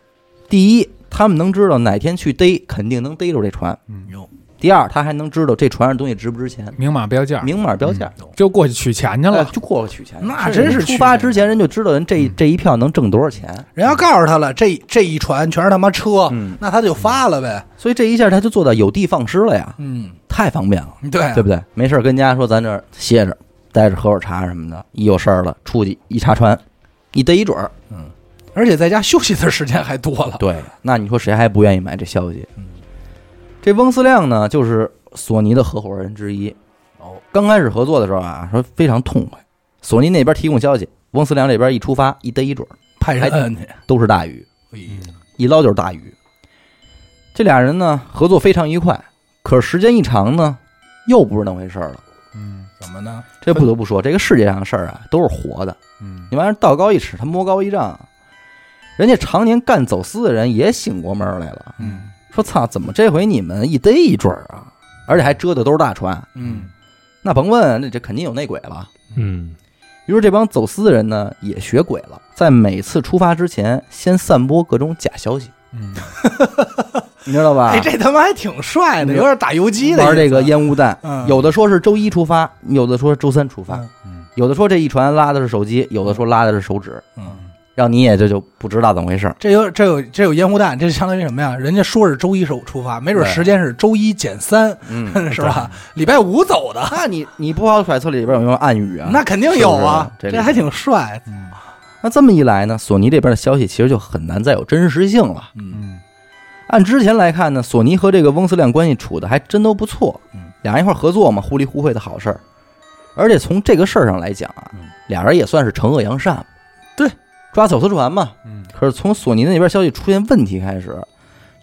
[SPEAKER 1] 第一，他们能知道哪天去逮，肯定能逮着这船。
[SPEAKER 2] 有
[SPEAKER 1] 第二，他还能知道这船上东西值不值钱，
[SPEAKER 4] 明码标价，
[SPEAKER 1] 明码标价，
[SPEAKER 4] 就过去取钱去
[SPEAKER 1] 哎
[SPEAKER 4] 了，
[SPEAKER 1] 就过了嗯取钱。
[SPEAKER 2] 那真是
[SPEAKER 1] 出
[SPEAKER 2] 去
[SPEAKER 1] 发之前人就知道人这这一票能挣多少钱，
[SPEAKER 2] 人家告诉他了，这这一船全是他妈车
[SPEAKER 1] 嗯，
[SPEAKER 2] 那他就发了呗。
[SPEAKER 1] 所以这一下他就做到有的放矢了呀，
[SPEAKER 2] 嗯，
[SPEAKER 1] 太方便了，
[SPEAKER 2] 对啊
[SPEAKER 1] 对不对？没事儿跟家说咱这儿歇着，待着喝会儿茶什么的，一有事儿了出去一查船，一逮一准儿。
[SPEAKER 2] 而且在家休息的时间还多了。
[SPEAKER 1] 对，那你说谁还不愿意买这消息？这翁思亮呢，就是索尼的合伙人之一。
[SPEAKER 2] 哦，
[SPEAKER 1] 刚开始合作的时候啊，说非常痛快，索尼那边提供消息，翁思亮这边一出发一逮一准儿，
[SPEAKER 2] 派人摁去。嗯
[SPEAKER 1] 都是大鱼，一捞就是大鱼。这俩人呢合作非常愉快，可是时间一长呢，又不是那回事儿了。
[SPEAKER 4] 嗯
[SPEAKER 2] 怎么呢？
[SPEAKER 1] 这不得不说，这个世界上的事儿啊，都是活的。
[SPEAKER 4] 嗯
[SPEAKER 1] 你往人道高一尺，他魔高一丈。人家常年干走私的人也醒过闷儿来了，
[SPEAKER 4] 嗯
[SPEAKER 1] 说：“操，怎么这回你们一逮一准儿啊？而且还遮的都是大船，
[SPEAKER 2] 嗯
[SPEAKER 1] 那甭问，那这肯定有内鬼了。”
[SPEAKER 3] 嗯
[SPEAKER 1] 于是这帮走私的人呢，也学鬼了，在每次出发之前，先散播各种假消息，
[SPEAKER 4] 嗯，
[SPEAKER 1] 你知道吧？
[SPEAKER 2] 哎，这他妈还挺帅的，
[SPEAKER 1] 嗯
[SPEAKER 2] 有点打游击的意思。
[SPEAKER 1] 玩这个烟雾弹，
[SPEAKER 2] 嗯
[SPEAKER 1] 有的说是周一出发，有的说周三出发，
[SPEAKER 2] 嗯
[SPEAKER 4] 嗯
[SPEAKER 1] 有的说这一船拉的是手机，有的说拉的是手指，
[SPEAKER 2] 嗯，
[SPEAKER 1] 让你也这就不知道怎么回事儿。
[SPEAKER 2] 这有这有这有烟雾弹，这相当于什么呀？人家说是周一手出发，没准
[SPEAKER 1] 对
[SPEAKER 2] 时间是周一减三，
[SPEAKER 1] [laughs] 嗯
[SPEAKER 2] 是吧？礼拜五走的，
[SPEAKER 1] 那你你不好揣测里边有没有暗语啊？
[SPEAKER 2] 那肯定有啊，
[SPEAKER 1] 是不是这
[SPEAKER 2] 这还挺帅。
[SPEAKER 4] 嗯
[SPEAKER 1] 那这么一来呢，索尼这边的消息其实就很难再有真实性了。
[SPEAKER 2] 嗯
[SPEAKER 4] 嗯
[SPEAKER 1] 按之前来看呢，索尼和这个翁思亮关系处的还真都不错
[SPEAKER 2] 嗯，
[SPEAKER 1] 俩人一块儿合作嘛，互利互惠的好事儿。而且从这个事儿上来讲啊
[SPEAKER 2] 嗯，
[SPEAKER 1] 俩人也算是惩恶扬善嘛，
[SPEAKER 2] 对，
[SPEAKER 1] 抓走私船嘛。
[SPEAKER 4] 嗯
[SPEAKER 1] 可是从索尼那边消息出现问题开始，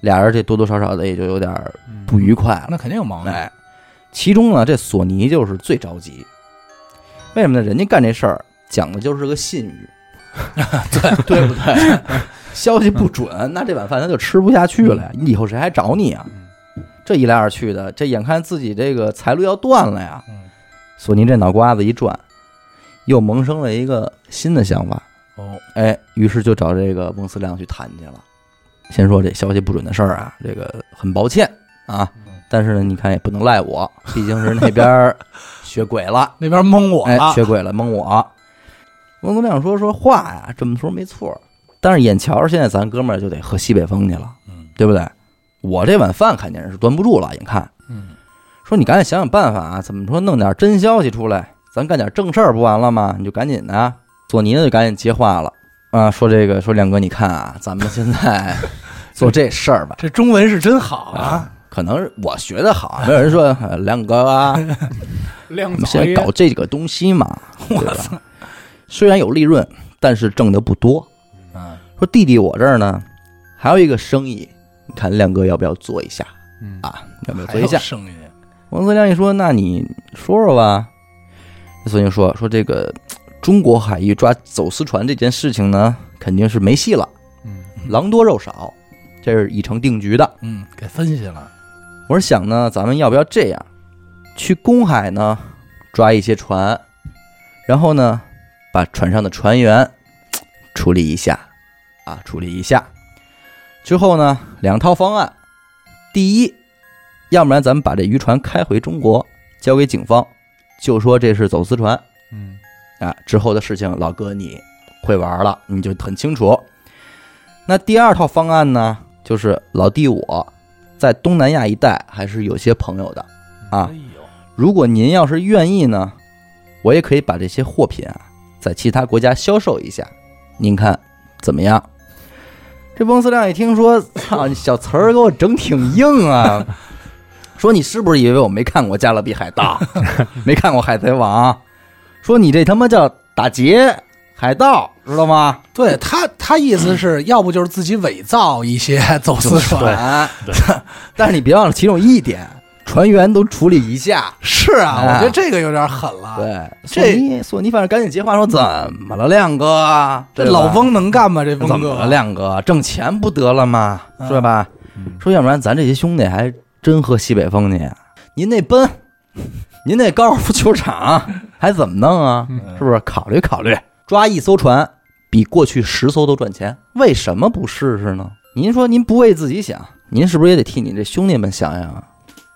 [SPEAKER 1] 俩人这多多少少的也就有点儿
[SPEAKER 2] 嗯
[SPEAKER 1] 不愉快了。
[SPEAKER 2] 那肯定有毛病。
[SPEAKER 1] 哎，其中呢，这索尼就是最着急，为什么呢？人家干这事儿讲的就是个信誉， [laughs] 对对不对？ [laughs] 消息不准，那这碗饭他就吃不下去了呀！你以后谁还找你啊？这一来二去的，这眼看自己这个财路要断了呀！
[SPEAKER 2] 嗯
[SPEAKER 1] 索尼这脑瓜子一转，又萌生了一个新的想法，
[SPEAKER 2] 哦，
[SPEAKER 1] 哎，于是就找这个翁思亮去谈去了。先说这消息不准的事儿啊，这个很抱歉啊，但是呢，你看也不能赖
[SPEAKER 2] [laughs]
[SPEAKER 1] 我，毕竟是那边儿学鬼了，
[SPEAKER 2] 那边蒙我
[SPEAKER 1] 哎，
[SPEAKER 2] 了，
[SPEAKER 1] 学鬼了蒙我。翁思亮说说话呀，这么说没错儿，但是眼瞧着现在咱哥们儿就得喝西北风去了，
[SPEAKER 2] 嗯
[SPEAKER 1] 对不对？我这碗饭肯定是端不住了，眼看
[SPEAKER 2] 嗯
[SPEAKER 1] 说你赶紧想想办法啊，怎么说弄点真消息出来，咱干点正事儿不完了吗？你就赶紧的、啊，索尼呢就赶紧接话了啊，说这个说亮哥，你看啊，咱们现在 [laughs] 做这事儿吧，
[SPEAKER 2] 这中文是真好啊！
[SPEAKER 1] 可能是我学的好，没有人说呃亮哥
[SPEAKER 2] [laughs]
[SPEAKER 1] 啊，
[SPEAKER 4] 亮
[SPEAKER 1] 我们现在搞这个东西嘛，对吧？虽然有利润，但是挣的不多。
[SPEAKER 2] 嗯，
[SPEAKER 1] 说弟弟，我这儿呢还有一个生意，你看亮哥要不要做一下？
[SPEAKER 4] 嗯
[SPEAKER 1] 啊，要不要
[SPEAKER 2] 还
[SPEAKER 1] 做
[SPEAKER 2] 有
[SPEAKER 1] 一下？
[SPEAKER 2] 声音，
[SPEAKER 1] 王思亮一说：“那你说说吧。”所以就说说这个中国海域抓走私船这件事情呢，肯定是没戏了，
[SPEAKER 4] 嗯
[SPEAKER 1] 狼多肉少，这是已成定局的。
[SPEAKER 2] 嗯，给分析了，
[SPEAKER 1] 我是想呢，咱们要不要这样，去公海呢抓一些船，然后呢把船上的船员嘖处理一下，啊，处理一下。之后呢，两套方案，第一，要不然咱们把这渔船开回中国，交给警方，就说这是走私船
[SPEAKER 4] 嗯
[SPEAKER 1] 啊。之后的事情，老哥你会玩了，你就很清楚。那第二套方案呢，就是老弟我在东南亚一带还是有些朋友的啊
[SPEAKER 3] 哎。呦，
[SPEAKER 1] 如果您要是愿意呢，我也可以把这些货品啊，在其他国家销售一下，您看怎么样？这翁思亮一听说，操，你小词儿给我整挺硬啊！
[SPEAKER 3] [laughs]
[SPEAKER 1] 说你是不是以为我没看过《加勒比海盗》， [laughs] 没看过《海贼王》？说你这他妈叫打劫海盗，知道吗？
[SPEAKER 2] 对他，他意思是
[SPEAKER 1] 嗯
[SPEAKER 2] 要不就是自己伪造一
[SPEAKER 1] [laughs]
[SPEAKER 2] 些走私船，
[SPEAKER 1] 船
[SPEAKER 3] 对，
[SPEAKER 1] 啊 [laughs] 但是你别忘了其中一点，船员都处理一下。
[SPEAKER 2] 是啊，
[SPEAKER 1] 哎
[SPEAKER 2] 我觉得这个有点狠了。
[SPEAKER 1] 对，
[SPEAKER 2] 这
[SPEAKER 1] 索尼索尼反正赶紧接话说怎么了，亮哥？
[SPEAKER 2] 这
[SPEAKER 1] 对吧
[SPEAKER 2] 老翁能干吗？这
[SPEAKER 1] 怎
[SPEAKER 2] 翁
[SPEAKER 1] 么了，
[SPEAKER 2] 哥，
[SPEAKER 1] 亮哥？挣钱不得了吗？
[SPEAKER 2] 嗯
[SPEAKER 1] 是吧？
[SPEAKER 4] 嗯
[SPEAKER 1] 说要不然咱这些兄弟还真喝西北风去？您那奔， [laughs] 您那高尔夫球场还怎么弄啊？
[SPEAKER 2] 嗯
[SPEAKER 1] 是不是？考虑考虑，抓一艘船比过去十艘都赚钱，为什么不试试呢？您说您不为自己想，您是不是也得替你这兄弟们想想啊？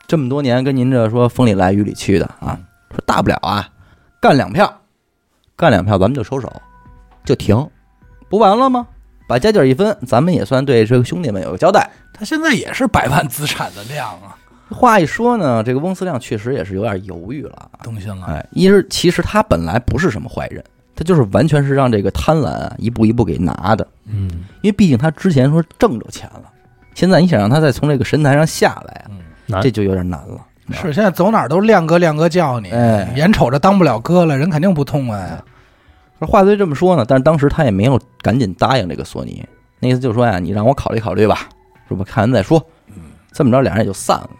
[SPEAKER 1] 这么多年跟您这说风里来雨里去的啊，
[SPEAKER 2] 嗯
[SPEAKER 1] 说大不了啊，干两票，干两票咱们就收手，就停，不完了吗？把家底儿一分，咱们也算对这个兄弟们有个交代。
[SPEAKER 2] 他现在也是百万资产的量啊，
[SPEAKER 1] 话一说呢，这个翁思亮确实也是有点犹豫了。
[SPEAKER 2] 东兴啊，
[SPEAKER 1] 哎，一是其实他本来不是什么坏人，他就是完全是让这个贪婪啊一步一步给拿的。
[SPEAKER 3] 嗯，
[SPEAKER 1] 因为毕竟他之前说挣着钱了，现在你想让他再从这个神坛上下来啊，
[SPEAKER 3] 难
[SPEAKER 1] 这就有点难了。你知道吧
[SPEAKER 2] 是现在走哪儿都亮哥亮哥叫你，
[SPEAKER 1] 嗯哎
[SPEAKER 2] 眼瞅着当不了哥了，人肯定不痛快啊。
[SPEAKER 1] 可是话虽这么说呢，但是当时他也没有赶紧答应这个索尼，那意思就是说呀，你让我考虑考虑吧，是吧？看完再说。这么着，俩人也就散了。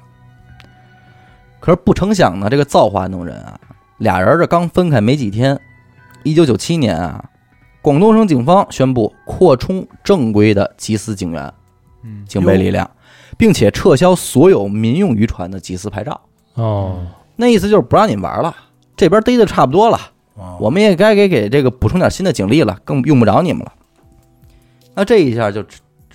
[SPEAKER 1] 可是不成想呢，这个造化弄人啊，俩人这刚分开没几天，一九九七年啊，广东省警方宣布扩充正规的缉私警员
[SPEAKER 4] 嗯
[SPEAKER 1] 警备力量，并且撤销所有民用渔船的缉私牌照。
[SPEAKER 3] 哦，
[SPEAKER 1] 那意思就是不让你玩了，这边逮的差不多了，
[SPEAKER 2] 哦
[SPEAKER 1] 我们也该给给这个补充点新的警力了，更用不着你们了。那这一下就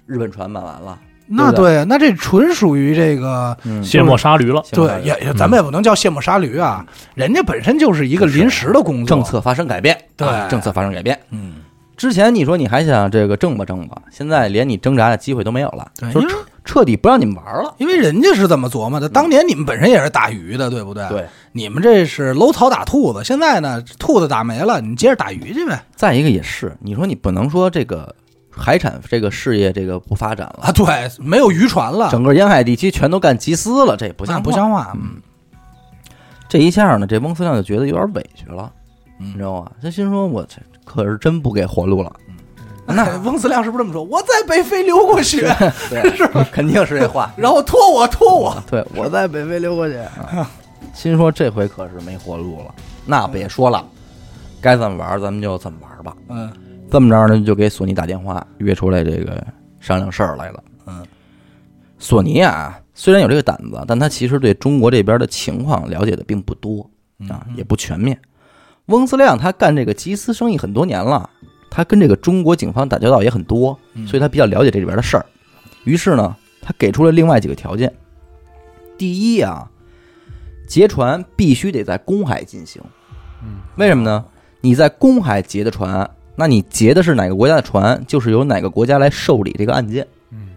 [SPEAKER 1] 日本船满完了，
[SPEAKER 2] 那
[SPEAKER 1] 对不
[SPEAKER 2] 对，那这纯属于这个
[SPEAKER 1] 嗯，
[SPEAKER 3] 卸磨杀驴了，
[SPEAKER 2] 对，也也，咱们也不能叫卸磨杀驴啊，人家本身就是一个临时的工作
[SPEAKER 1] 嗯政，策发生改变，
[SPEAKER 2] 对
[SPEAKER 1] 啊政策发生改变。
[SPEAKER 2] 嗯，
[SPEAKER 1] 之前你说你还想这个挣吧挣吧，现在连你挣扎的机会都没有了，
[SPEAKER 2] 对，
[SPEAKER 1] 就
[SPEAKER 2] 因
[SPEAKER 1] 是
[SPEAKER 2] 为
[SPEAKER 1] 彻彻底不让你们玩了。
[SPEAKER 2] 因为人家是这么琢磨的，当年你们本身也是打鱼的，对不对？，
[SPEAKER 1] 对，
[SPEAKER 2] 你们这是搂草打兔子，现在呢，兔子打没了，你接着打鱼去呗。
[SPEAKER 1] 再一个也是，你说你不能说这个海产这个事业这个不发展了，
[SPEAKER 2] 啊，对，没有渔船了，
[SPEAKER 1] 整个沿海地区全都干集私了，这也不
[SPEAKER 2] 不
[SPEAKER 1] 像
[SPEAKER 2] 啊不
[SPEAKER 1] 话
[SPEAKER 2] 像话，嗯
[SPEAKER 1] 这一下呢，这翁思亮就觉得有点委屈了，
[SPEAKER 2] 嗯
[SPEAKER 1] 你知道吗？他心说：“我这可是真不给活路了。
[SPEAKER 2] 那 [laughs] 翁思亮是不是这么说？我在北非流过 [laughs] 血，”
[SPEAKER 1] 对， [laughs] 是肯定是这
[SPEAKER 2] [laughs]。
[SPEAKER 1] 话
[SPEAKER 2] 然后拖我拖我，
[SPEAKER 1] 对，我在北非溜过去，啊心说这回可是没活路了。那别说了，该怎么玩儿咱们就怎么玩儿吧。
[SPEAKER 2] 嗯
[SPEAKER 1] 这么着呢，就给索尼打电话约出来，这个商量事儿来了。
[SPEAKER 2] 嗯，
[SPEAKER 1] 索尼啊，虽然有这个胆子，但他其实对中国这边的情况了解的并不多
[SPEAKER 2] 嗯
[SPEAKER 1] 啊，也不全面。翁思亮他干这个缉私生意很多年了，他跟这个中国警方打交道也很多，
[SPEAKER 2] 嗯
[SPEAKER 1] 所以他比较了解这里边的事儿。于是呢，他给出了另外几个条件：第一啊，劫船必须得在公海进行。
[SPEAKER 4] 嗯，
[SPEAKER 1] 为什么呢？你在公海劫的船，那你劫的是哪个国家的船，就是由哪个国家来受理这个案件。
[SPEAKER 4] 嗯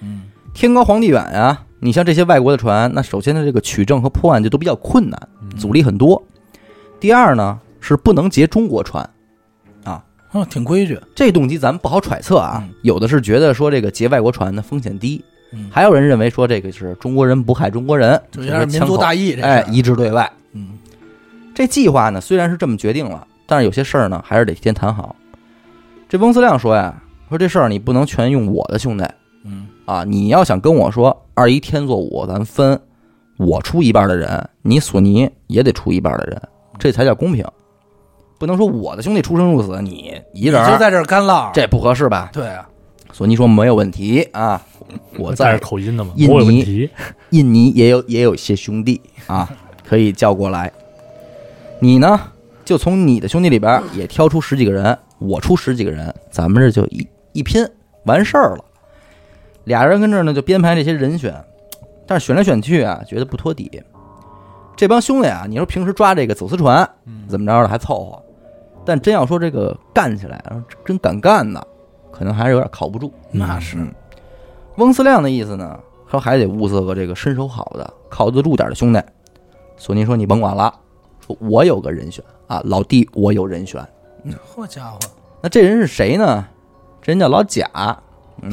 [SPEAKER 2] 嗯
[SPEAKER 1] 天高皇帝远啊，你像这些外国的船，那首先它这个取证和破案就都比较困难，
[SPEAKER 2] 嗯
[SPEAKER 1] 阻力很多。第二呢，是不能劫中国船，
[SPEAKER 2] 嗯，挺规矩，
[SPEAKER 1] 这动机咱们不好揣测啊
[SPEAKER 2] 嗯。
[SPEAKER 1] 有的是觉得说这个劫外国船的风险低
[SPEAKER 2] 嗯，
[SPEAKER 1] 还有人认为说这个是中国人不害中国人，
[SPEAKER 2] 就有点民族大义这事儿
[SPEAKER 1] 哎，一致对外。
[SPEAKER 2] 嗯
[SPEAKER 1] 这计划呢，虽然是这么决定了，但是有些事儿呢，还是得先谈好。这翁思亮说呀，说这事儿你不能全用我的兄弟
[SPEAKER 2] 嗯
[SPEAKER 1] 啊，你要想跟我说二一天作五，咱分，我出一半的人，你索尼也得出一半的人，
[SPEAKER 2] 嗯
[SPEAKER 1] 这才叫公平。不能说我的兄弟出生入死，你一
[SPEAKER 2] 你
[SPEAKER 1] 人儿，
[SPEAKER 2] 就在这儿干唠，
[SPEAKER 1] 这不合适吧？
[SPEAKER 2] 对啊，
[SPEAKER 1] 索尼说没有问题啊，我
[SPEAKER 2] [laughs]
[SPEAKER 3] 带着
[SPEAKER 1] 在
[SPEAKER 3] 口音的嘛，
[SPEAKER 1] 印尼
[SPEAKER 3] 我有问题，
[SPEAKER 1] 印尼也有也有一些兄弟啊，可以叫过来。你呢，就从你的兄弟里边儿也挑出十几个人，我出十几个人，咱们这就一一拼完事儿了。俩人跟这儿呢就编排这些人选，但是选来选去啊，觉得不托底。这帮兄弟啊，你说平时抓这个走私船
[SPEAKER 2] 嗯
[SPEAKER 1] 怎么着的还凑合，但真要说这个干起来，啊真敢干呢，可能还是有点靠不住。
[SPEAKER 2] 那是
[SPEAKER 1] 嗯翁思亮的意思呢，说还得物色个这个身手好的、靠得住点的兄弟。索尼说：“你甭管了，说我有个人选啊，老弟，我有人选。
[SPEAKER 2] 好家伙，
[SPEAKER 1] 那这人是谁呢？这人叫老贾，嗯，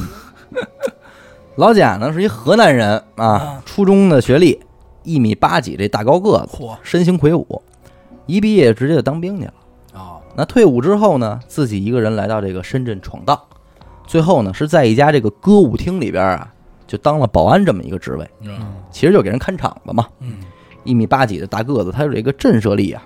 [SPEAKER 1] [laughs] 老贾呢是一河南人啊
[SPEAKER 2] 啊，
[SPEAKER 1] 初中的学历，一米八几，这大高个子，
[SPEAKER 2] 嚯
[SPEAKER 1] 身形魁梧，一毕业直接就当兵去了。
[SPEAKER 2] 哦，
[SPEAKER 1] 那退伍之后呢，自己一个人来到这个深圳闯荡，最后呢是在一家这个歌舞厅里边啊，就当了保安这么一个职位，
[SPEAKER 2] 嗯
[SPEAKER 1] 其实就给人看场子嘛。
[SPEAKER 2] 嗯，
[SPEAKER 1] 一米八几的大个子，他有这个震慑力啊。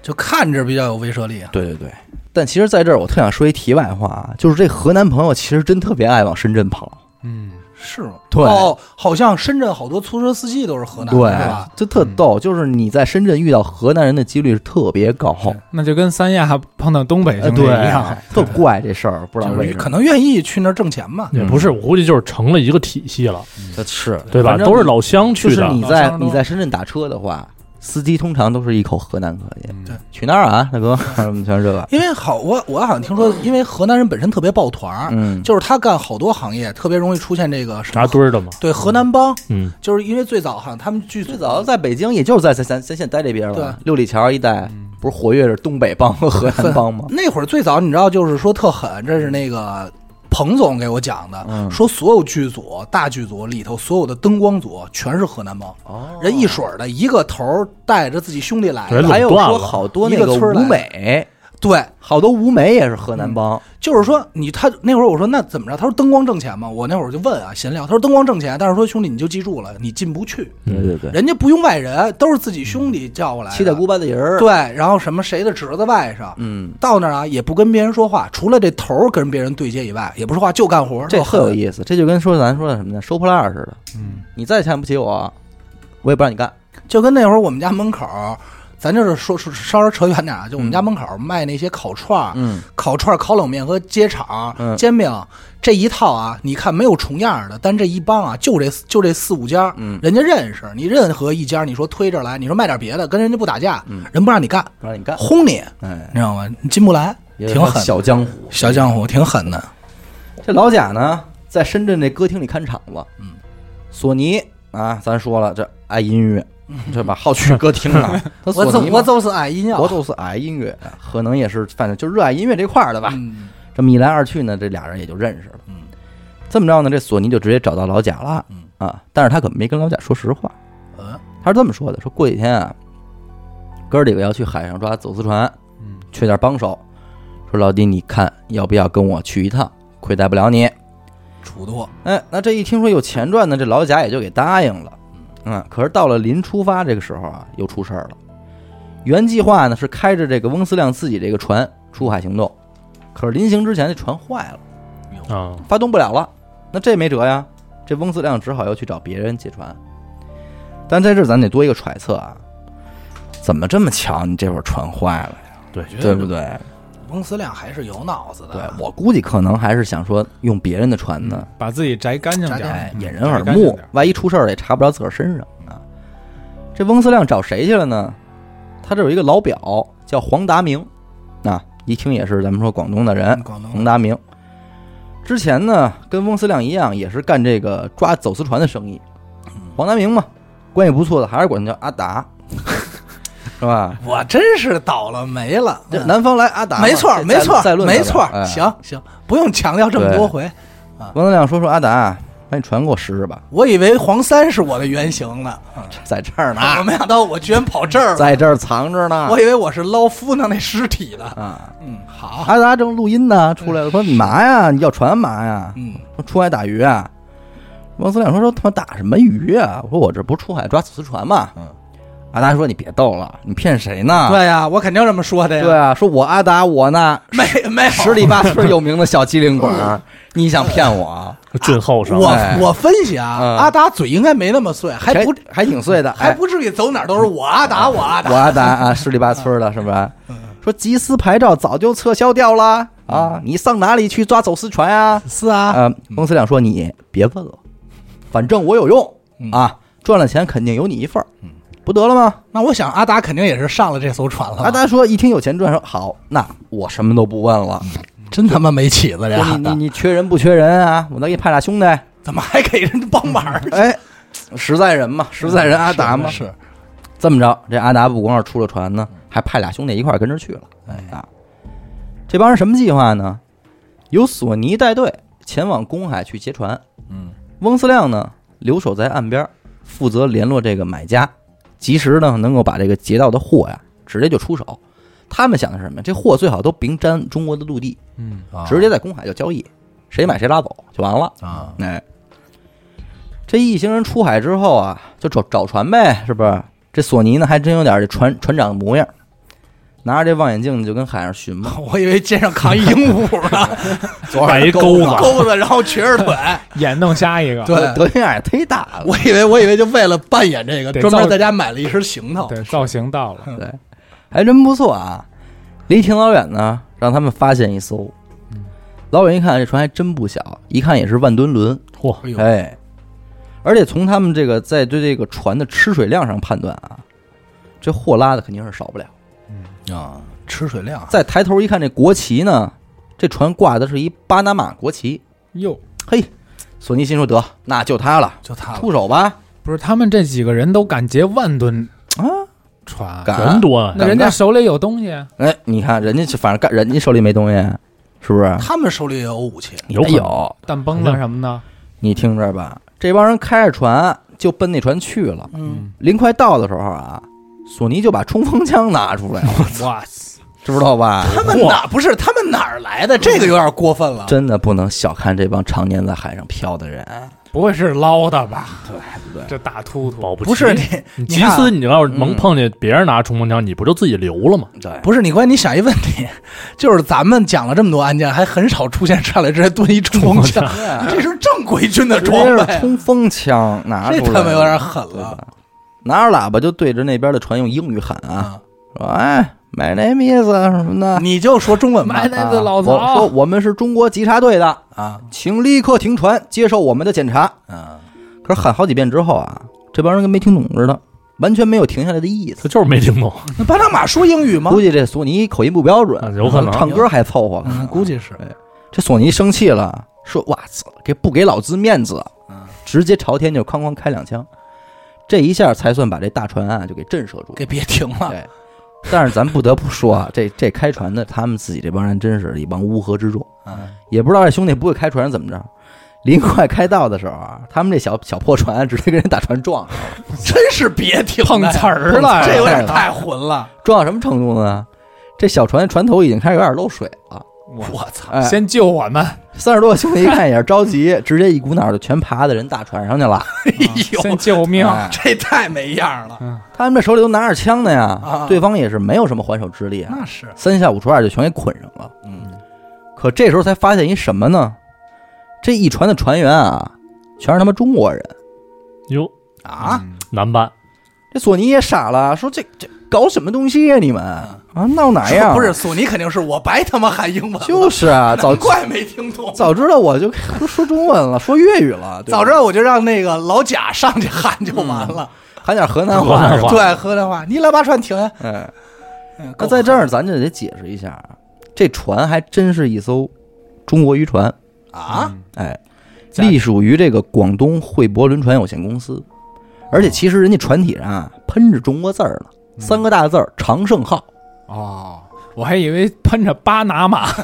[SPEAKER 2] 就看着比较有威慑力啊，
[SPEAKER 1] 对对对。但其实在这儿，我特想说一题外话啊，就是这河南朋友其实真特别爱往深圳跑，
[SPEAKER 4] 嗯
[SPEAKER 2] 是吗？
[SPEAKER 1] 对
[SPEAKER 2] 哦，好像深圳好多出租车司机都是河南的，是吧？
[SPEAKER 1] 就特逗。就是你在深圳遇到河南人的几率是特别高，
[SPEAKER 4] 那就跟三亚碰到东北
[SPEAKER 1] 哎
[SPEAKER 4] 兄弟
[SPEAKER 1] 对
[SPEAKER 4] 一样，，
[SPEAKER 1] 特怪这事儿，不知道
[SPEAKER 2] 就
[SPEAKER 1] 为
[SPEAKER 2] 是
[SPEAKER 1] 什么。
[SPEAKER 2] 可能愿意去那儿挣钱嘛。
[SPEAKER 3] 也
[SPEAKER 1] 嗯
[SPEAKER 3] 不是，我估计就是成了一个体系了，
[SPEAKER 1] 能是
[SPEAKER 3] 对吧？
[SPEAKER 1] 反正
[SPEAKER 3] 都是老乡
[SPEAKER 1] 就
[SPEAKER 3] 去
[SPEAKER 1] 是
[SPEAKER 3] 的，
[SPEAKER 1] 你
[SPEAKER 4] 老
[SPEAKER 1] 在
[SPEAKER 4] 乡都
[SPEAKER 1] 你在深圳打车的话，司机通常都是一口河南口音。
[SPEAKER 4] 嗯
[SPEAKER 2] 对
[SPEAKER 1] 去那儿啊，大哥？ [laughs] 我们全是这个。
[SPEAKER 2] 因为好，我我好像听说，因为河南人本身特别抱团儿，
[SPEAKER 1] 嗯，
[SPEAKER 2] 就是他干好多行业，特别容易出现这个什
[SPEAKER 3] 扎
[SPEAKER 2] 么。
[SPEAKER 3] 堆儿的嘛，
[SPEAKER 2] 对河南帮，
[SPEAKER 3] 嗯，
[SPEAKER 2] 就是因为最早好像他们据
[SPEAKER 1] 最早在北京，也就是在三三三线待这边了。
[SPEAKER 2] 对
[SPEAKER 1] 六里桥一带
[SPEAKER 4] 嗯
[SPEAKER 1] 不是活跃着东北帮和河南
[SPEAKER 2] [laughs]
[SPEAKER 1] 帮吗？
[SPEAKER 2] 那会儿最早你知道就是说特狠，这是那个彭总给我讲的，
[SPEAKER 1] 嗯
[SPEAKER 2] 说所有剧组大剧组里头所有的灯光组全是河南帮，
[SPEAKER 1] 哦
[SPEAKER 2] 人一水儿的一个头儿带着自己兄弟来
[SPEAKER 3] 人
[SPEAKER 2] 的，
[SPEAKER 3] 垄
[SPEAKER 1] 还有
[SPEAKER 3] 断
[SPEAKER 1] 说
[SPEAKER 3] 了
[SPEAKER 1] 好多那
[SPEAKER 2] 一个村儿来嗯
[SPEAKER 1] 舞美，
[SPEAKER 2] 对，
[SPEAKER 1] 好多吴梅也是河南帮，
[SPEAKER 2] 就是说你他那会儿我说那怎么着？他说灯光挣钱吗？我那会儿就问啊，闲聊。他说灯光挣钱，但是说兄弟你就记住了，你进不去，
[SPEAKER 1] 对对对，嗯
[SPEAKER 2] 人家不用外人，都是自己兄弟叫过来的。
[SPEAKER 1] 七大姑八大姨儿，
[SPEAKER 2] 对，然后什么谁的侄子外甥，
[SPEAKER 1] 嗯，
[SPEAKER 2] 到那儿啊也不跟别人说话，除了这头儿跟别人对接以外，也不说话，就干活。
[SPEAKER 1] 这特
[SPEAKER 2] 很
[SPEAKER 1] 有意思，这就跟说咱说的什么呢？收破烂儿似的，
[SPEAKER 4] 嗯，
[SPEAKER 1] 你再看不起我，我也不让你干。
[SPEAKER 2] 就跟那会儿我们家门口儿，咱就是说说稍稍扯远点儿啊，就我们家门口儿卖那些烤串儿、
[SPEAKER 1] 嗯，
[SPEAKER 2] 烤串儿、烤冷面和街肠、
[SPEAKER 1] 嗯
[SPEAKER 2] 煎饼这一套啊，你看没有重样儿的，但这一帮啊，就这就这四五家儿，
[SPEAKER 1] 嗯
[SPEAKER 2] 人家认识你，任何一家儿你说推着来，你说卖点别的，跟人家不打架，
[SPEAKER 1] 嗯
[SPEAKER 2] 人不让你干，
[SPEAKER 1] 不让你干，
[SPEAKER 2] 轰你，
[SPEAKER 1] 哎，
[SPEAKER 2] 你知道吗？你进不来，
[SPEAKER 1] 也是
[SPEAKER 2] 挺狠，
[SPEAKER 1] 小江湖。
[SPEAKER 2] 小江湖挺狠的，
[SPEAKER 1] 这老贾呢，在深圳这歌厅里看场子，嗯，索尼啊，咱说了，这爱音乐，这吧？
[SPEAKER 2] [laughs]
[SPEAKER 1] 好去歌厅啊，他索
[SPEAKER 2] 我
[SPEAKER 1] 尼
[SPEAKER 2] 总
[SPEAKER 1] 嘛
[SPEAKER 2] 我总是爱音
[SPEAKER 1] 我
[SPEAKER 2] 乐，
[SPEAKER 1] 就是爱音乐，可能也是，反正就热爱音乐这块儿的吧。
[SPEAKER 2] 嗯
[SPEAKER 1] 这么一来二去呢，这俩人也就认识了。
[SPEAKER 2] 嗯，
[SPEAKER 1] 这么着呢，这索尼就直接找到老贾了
[SPEAKER 2] 嗯。
[SPEAKER 1] 啊，但是他可没跟老贾说实话，
[SPEAKER 2] 呃
[SPEAKER 1] 他是这么说的：说过几天啊，哥儿几个要去海上抓走私船，
[SPEAKER 4] 嗯，
[SPEAKER 1] 缺点帮手。说老弟，你看要不要跟我去一趟？亏待不了你。
[SPEAKER 2] 楚多，
[SPEAKER 1] 哎，那这一听说有钱赚呢，这老贾也就给答应了。嗯，可是到了临出发这个时候啊，又出事儿了。原计划呢是开着这个翁思亮自己这个船出海行动，可是临行之前这船坏了，
[SPEAKER 3] 啊，
[SPEAKER 1] 发动不了了。那这没辙呀，这翁思亮只好又去找别人借船。但在这儿咱得多一个揣测啊，怎么这么巧？你这会儿船坏了，
[SPEAKER 3] 对，
[SPEAKER 1] 对不对？
[SPEAKER 2] 翁思亮还是有脑子的，
[SPEAKER 4] 啊
[SPEAKER 1] 对我估计可能还是想说用别人的船呢，哎
[SPEAKER 4] 把自己摘干净点
[SPEAKER 2] 摘
[SPEAKER 4] 儿，嗯
[SPEAKER 1] 掩人耳
[SPEAKER 4] 摘干净
[SPEAKER 1] 目
[SPEAKER 4] 点儿，
[SPEAKER 1] 万一出事儿了也查不着自个儿身上啊。这翁思亮找谁去了呢？他这有一个老表叫黄达明，啊，一听也是咱们说广东的人
[SPEAKER 2] 嗯，广东
[SPEAKER 1] 黄达明。之前呢，跟翁思亮一样，也是干这个抓走私船的生意。黄达明嘛，关系不错的，还是管他叫阿达， [laughs] 是吧？
[SPEAKER 2] 我真是倒了霉了。
[SPEAKER 1] 这
[SPEAKER 2] 嗯
[SPEAKER 1] 南方来阿达嘛，
[SPEAKER 2] 没错儿，
[SPEAKER 1] 这
[SPEAKER 2] 没
[SPEAKER 1] 再
[SPEAKER 2] 错
[SPEAKER 1] 再
[SPEAKER 2] 儿，
[SPEAKER 1] 论
[SPEAKER 2] 没
[SPEAKER 1] 再
[SPEAKER 2] 错
[SPEAKER 1] 论
[SPEAKER 2] 儿。
[SPEAKER 1] 哎
[SPEAKER 2] 行行，不用强调这么多回。
[SPEAKER 1] 翁思亮说说阿达，把你船给我拾拾吧，
[SPEAKER 2] 我以为黄三是我的原型呢，
[SPEAKER 1] 在这儿呢，
[SPEAKER 2] 我没想到我居然跑这儿了。
[SPEAKER 1] 在这儿藏着呢。
[SPEAKER 2] 我以为我是捞夫呢那尸体呢。
[SPEAKER 1] 啊，
[SPEAKER 2] 嗯，好，
[SPEAKER 1] 阿达正录音呢，出来了，说你嘛呀？你要船嘛呀？
[SPEAKER 2] 嗯，
[SPEAKER 1] 说出海打鱼啊？王思亮说说他妈打什么鱼啊？我说我这不是出海抓走私船嘛。嗯，阿达说你别逗了，你骗谁呢？
[SPEAKER 2] 对啊呀，我肯定这么说的
[SPEAKER 1] 对
[SPEAKER 2] 呀。，
[SPEAKER 1] 啊，说我阿达我呢，
[SPEAKER 2] 没没有
[SPEAKER 1] 十里八村有名的小机灵鬼
[SPEAKER 2] 嗯
[SPEAKER 1] 儿，你想骗我？
[SPEAKER 3] 俊后生，
[SPEAKER 1] 哎
[SPEAKER 2] 我我分析啊，
[SPEAKER 1] 嗯
[SPEAKER 2] 阿达嘴应该没那么碎，还不
[SPEAKER 1] 还挺碎的，
[SPEAKER 2] 还
[SPEAKER 1] 哎
[SPEAKER 2] 不至于走哪儿都是我阿达我阿
[SPEAKER 1] 我
[SPEAKER 2] 达。
[SPEAKER 1] 阿达啊，十里八村的是吧？
[SPEAKER 2] 嗯
[SPEAKER 1] 说吉斯牌照早就撤销掉了
[SPEAKER 2] 嗯
[SPEAKER 1] 啊，你上哪里去抓走私船啊？
[SPEAKER 2] 是啊，
[SPEAKER 1] 呃，翁思亮说：“你别问了，反正我有用啊，赚了钱肯定有你一份儿，不得了吗
[SPEAKER 2] 那我想阿达肯定也是上了这艘船？”了。
[SPEAKER 1] 阿达说：“一听有钱赚，说好，那我什么都不问了。啊
[SPEAKER 2] 真他妈没起子，
[SPEAKER 1] 嗯
[SPEAKER 2] 这
[SPEAKER 1] 说
[SPEAKER 2] 阿
[SPEAKER 1] 你你
[SPEAKER 2] 达
[SPEAKER 1] 你缺人不缺人啊？我能给你派俩兄弟。
[SPEAKER 2] 怎么还给人帮忙儿去？
[SPEAKER 1] 哎，实在人嘛， [laughs] 实在人阿达嘛。
[SPEAKER 2] 是
[SPEAKER 1] 这么着，这阿达不光是出了船呢，还派俩兄弟一块儿跟着去了。啊，这帮人什么计划呢？由索尼带队前往公海去劫船。
[SPEAKER 4] 嗯，
[SPEAKER 1] 翁思亮呢留守在岸边，负责联络这个买家，及时呢能够把这个劫到的货呀直接就出手。他们想的是什么？这货最好都甭沾中国的陆地，
[SPEAKER 4] 嗯，
[SPEAKER 1] 直接在公海就交易，谁买谁拉走就完了。
[SPEAKER 2] 啊，
[SPEAKER 1] 哎，这一行人出海之后啊，就找找船呗，是不是？这索尼呢，还真有点这船船长的模样，拿着这望远镜就跟海上寻
[SPEAKER 2] [laughs]
[SPEAKER 1] 嘛，
[SPEAKER 2] [laughs] 我以为肩上扛一鹦鹉呢，
[SPEAKER 1] 左
[SPEAKER 3] 摆
[SPEAKER 1] [laughs]
[SPEAKER 3] 一钩子
[SPEAKER 2] [laughs] 钩子，然后瘸着腿。 [laughs]
[SPEAKER 4] 眼弄瞎一个，
[SPEAKER 2] 对，
[SPEAKER 1] 德云眼哎忒大了。
[SPEAKER 2] 我以为我以为就为了扮演这个，
[SPEAKER 4] 得
[SPEAKER 2] 专门
[SPEAKER 4] 造
[SPEAKER 2] 在家买了一身行头。
[SPEAKER 4] 对，造型到了，
[SPEAKER 1] 对，还真不错啊。离挺老远呢，让他们发现一艘。老远一看，这船还真不小，一看也是万吨轮。
[SPEAKER 3] 嚯，
[SPEAKER 2] 哎呦，
[SPEAKER 1] 哎，而且从他们这个在对这个船的吃水量上判断啊，这货拉的肯定是少不了。
[SPEAKER 2] 啊，吃水量
[SPEAKER 1] 再抬头一看，这国旗呢，这船挂的是一巴拿马国旗。
[SPEAKER 4] 哟，
[SPEAKER 1] 嘿，索尼心说得，那就它了，
[SPEAKER 2] 就他了。
[SPEAKER 1] 出手吧。
[SPEAKER 4] 不是他们这几个人都敢劫万吨
[SPEAKER 1] 啊，
[SPEAKER 4] 船，
[SPEAKER 1] 敢
[SPEAKER 3] 人多啊，
[SPEAKER 4] 那人家手里有东西啊，
[SPEAKER 1] 哎，你看人家就反正干，人家手里没东西，是不是？
[SPEAKER 2] 他们手里也有武器，
[SPEAKER 1] 哎
[SPEAKER 3] 有可能
[SPEAKER 1] 有，
[SPEAKER 4] 弹崩了什么的，
[SPEAKER 1] 你听着吧，这帮人开着船就奔那船去了。
[SPEAKER 2] 嗯，
[SPEAKER 4] [laughs]
[SPEAKER 1] 临快到的时候啊，索尼就把冲锋枪拿出来了。
[SPEAKER 4] 哇塞，
[SPEAKER 1] 知不知道吧？
[SPEAKER 2] 他们哪不是他们哪儿来的？这个有点过分了。
[SPEAKER 1] 真的不能小看这帮常年在海上漂的人，
[SPEAKER 4] 不会是捞的吧？
[SPEAKER 1] 对不对？
[SPEAKER 4] 这大秃秃
[SPEAKER 3] 保不齐
[SPEAKER 2] 不是你，
[SPEAKER 3] 你
[SPEAKER 2] 你
[SPEAKER 3] 吉
[SPEAKER 2] 看啊
[SPEAKER 3] 斯，你要是能
[SPEAKER 1] 嗯
[SPEAKER 3] 碰见别人拿冲锋枪，你不就自己留了吗？
[SPEAKER 1] 对，
[SPEAKER 2] 不是你关，你想一问题， [laughs] 就是咱们讲了这么多案件，还很少出现上来直接蹲一冲锋枪， [laughs] 这是正规军的
[SPEAKER 1] 直
[SPEAKER 2] 装
[SPEAKER 1] 接是
[SPEAKER 2] 备，
[SPEAKER 1] 冲锋枪拿
[SPEAKER 2] 这
[SPEAKER 1] 出来，
[SPEAKER 2] 他妈有点狠
[SPEAKER 1] 对
[SPEAKER 2] 了
[SPEAKER 1] 吧？拿着喇叭就对着那边的船用英语喊啊，
[SPEAKER 2] 啊！
[SPEAKER 1] 说哎，my name is 什么的。
[SPEAKER 2] 你就说中文吧
[SPEAKER 4] 买那个
[SPEAKER 1] 啊
[SPEAKER 4] 老
[SPEAKER 1] 我说
[SPEAKER 4] 曹，
[SPEAKER 1] 我们是中国稽查队的，
[SPEAKER 2] 啊！
[SPEAKER 1] 请立刻停船，接受我们的检查。啊
[SPEAKER 2] 嗯，
[SPEAKER 1] 可是喊好几遍之后啊，这帮人跟没听懂似的，完全没有停下来的意思。
[SPEAKER 3] 他就是没听懂，
[SPEAKER 2] 那巴拿马说英语吗
[SPEAKER 1] 估？计这索尼口音不标准
[SPEAKER 3] 啊，有可
[SPEAKER 1] [laughs]
[SPEAKER 3] 能
[SPEAKER 1] 唱歌还凑合。
[SPEAKER 2] 嗯估计是
[SPEAKER 1] 这索尼生气了，说：“哇操，给不给老子面子
[SPEAKER 2] 嗯？”
[SPEAKER 1] 直接朝天就哐哐开两枪，这一下才算把这大船啊就给震慑住。
[SPEAKER 2] 给别停了。
[SPEAKER 1] 对， [laughs] 但是咱不得不说啊，这这开船的他们自己这帮人真是一帮乌合之众，
[SPEAKER 2] 嗯，
[SPEAKER 1] 也不知道这兄弟不会开船怎么着。临快开到的时候啊，他们这小小破船直接跟人大船撞上了，
[SPEAKER 2] 真是别停了
[SPEAKER 4] 碰瓷儿了，
[SPEAKER 2] 这有点太
[SPEAKER 1] [laughs]
[SPEAKER 2] 混了。
[SPEAKER 1] 撞到什么程度呢？这小船船头已经开始有点漏水了。
[SPEAKER 2] 我操！
[SPEAKER 1] 哎，
[SPEAKER 4] 先救我们，
[SPEAKER 1] 三十多个兄弟一看也是着急，直接一股脑儿就全爬到人大船上去了。
[SPEAKER 2] 哎
[SPEAKER 4] 先
[SPEAKER 2] 呦，
[SPEAKER 4] 救命！
[SPEAKER 1] 哎
[SPEAKER 2] 这太没样了。
[SPEAKER 1] 他们这手里都拿着枪呢呀
[SPEAKER 2] 啊，
[SPEAKER 1] 对方也是没有什么还手之力啊，
[SPEAKER 2] 那是，
[SPEAKER 1] 三下五除二就全给捆上了。
[SPEAKER 2] 嗯，
[SPEAKER 1] 可这时候才发现一什么呢？这一船的船员啊，全是他妈中国人。
[SPEAKER 3] 哟，
[SPEAKER 2] 啊，
[SPEAKER 4] 嗯，
[SPEAKER 3] 难办，
[SPEAKER 1] 这索尼也傻了，说这这搞什么东西呀、你们啊，闹哪样？
[SPEAKER 2] 不是，索尼肯定是我白他妈喊英文了，
[SPEAKER 1] 就是啊，早 [laughs]
[SPEAKER 2] 难怪没听懂。
[SPEAKER 1] 早知道我就不说中文了，说粤语了。对吧
[SPEAKER 2] 早知道我就让那个老贾上去喊就完了。
[SPEAKER 1] 喊点河南
[SPEAKER 3] 河
[SPEAKER 1] 话。 [laughs]
[SPEAKER 3] 南话
[SPEAKER 2] 对，河南话，你来把船停下。
[SPEAKER 1] 哎，
[SPEAKER 2] 嗯
[SPEAKER 1] 那在这儿咱就得解释一下啊，这船还真是一艘中国渔船，
[SPEAKER 2] 啊，
[SPEAKER 1] 哎，
[SPEAKER 4] 假
[SPEAKER 1] 隶属于这个广东惠博轮船有限公司。而且其实人家船体上啊喷着中国字儿呢，三个大字儿“长盛号”。
[SPEAKER 4] 哦，我还以为喷着巴拿马， [laughs]
[SPEAKER 2] [laughs]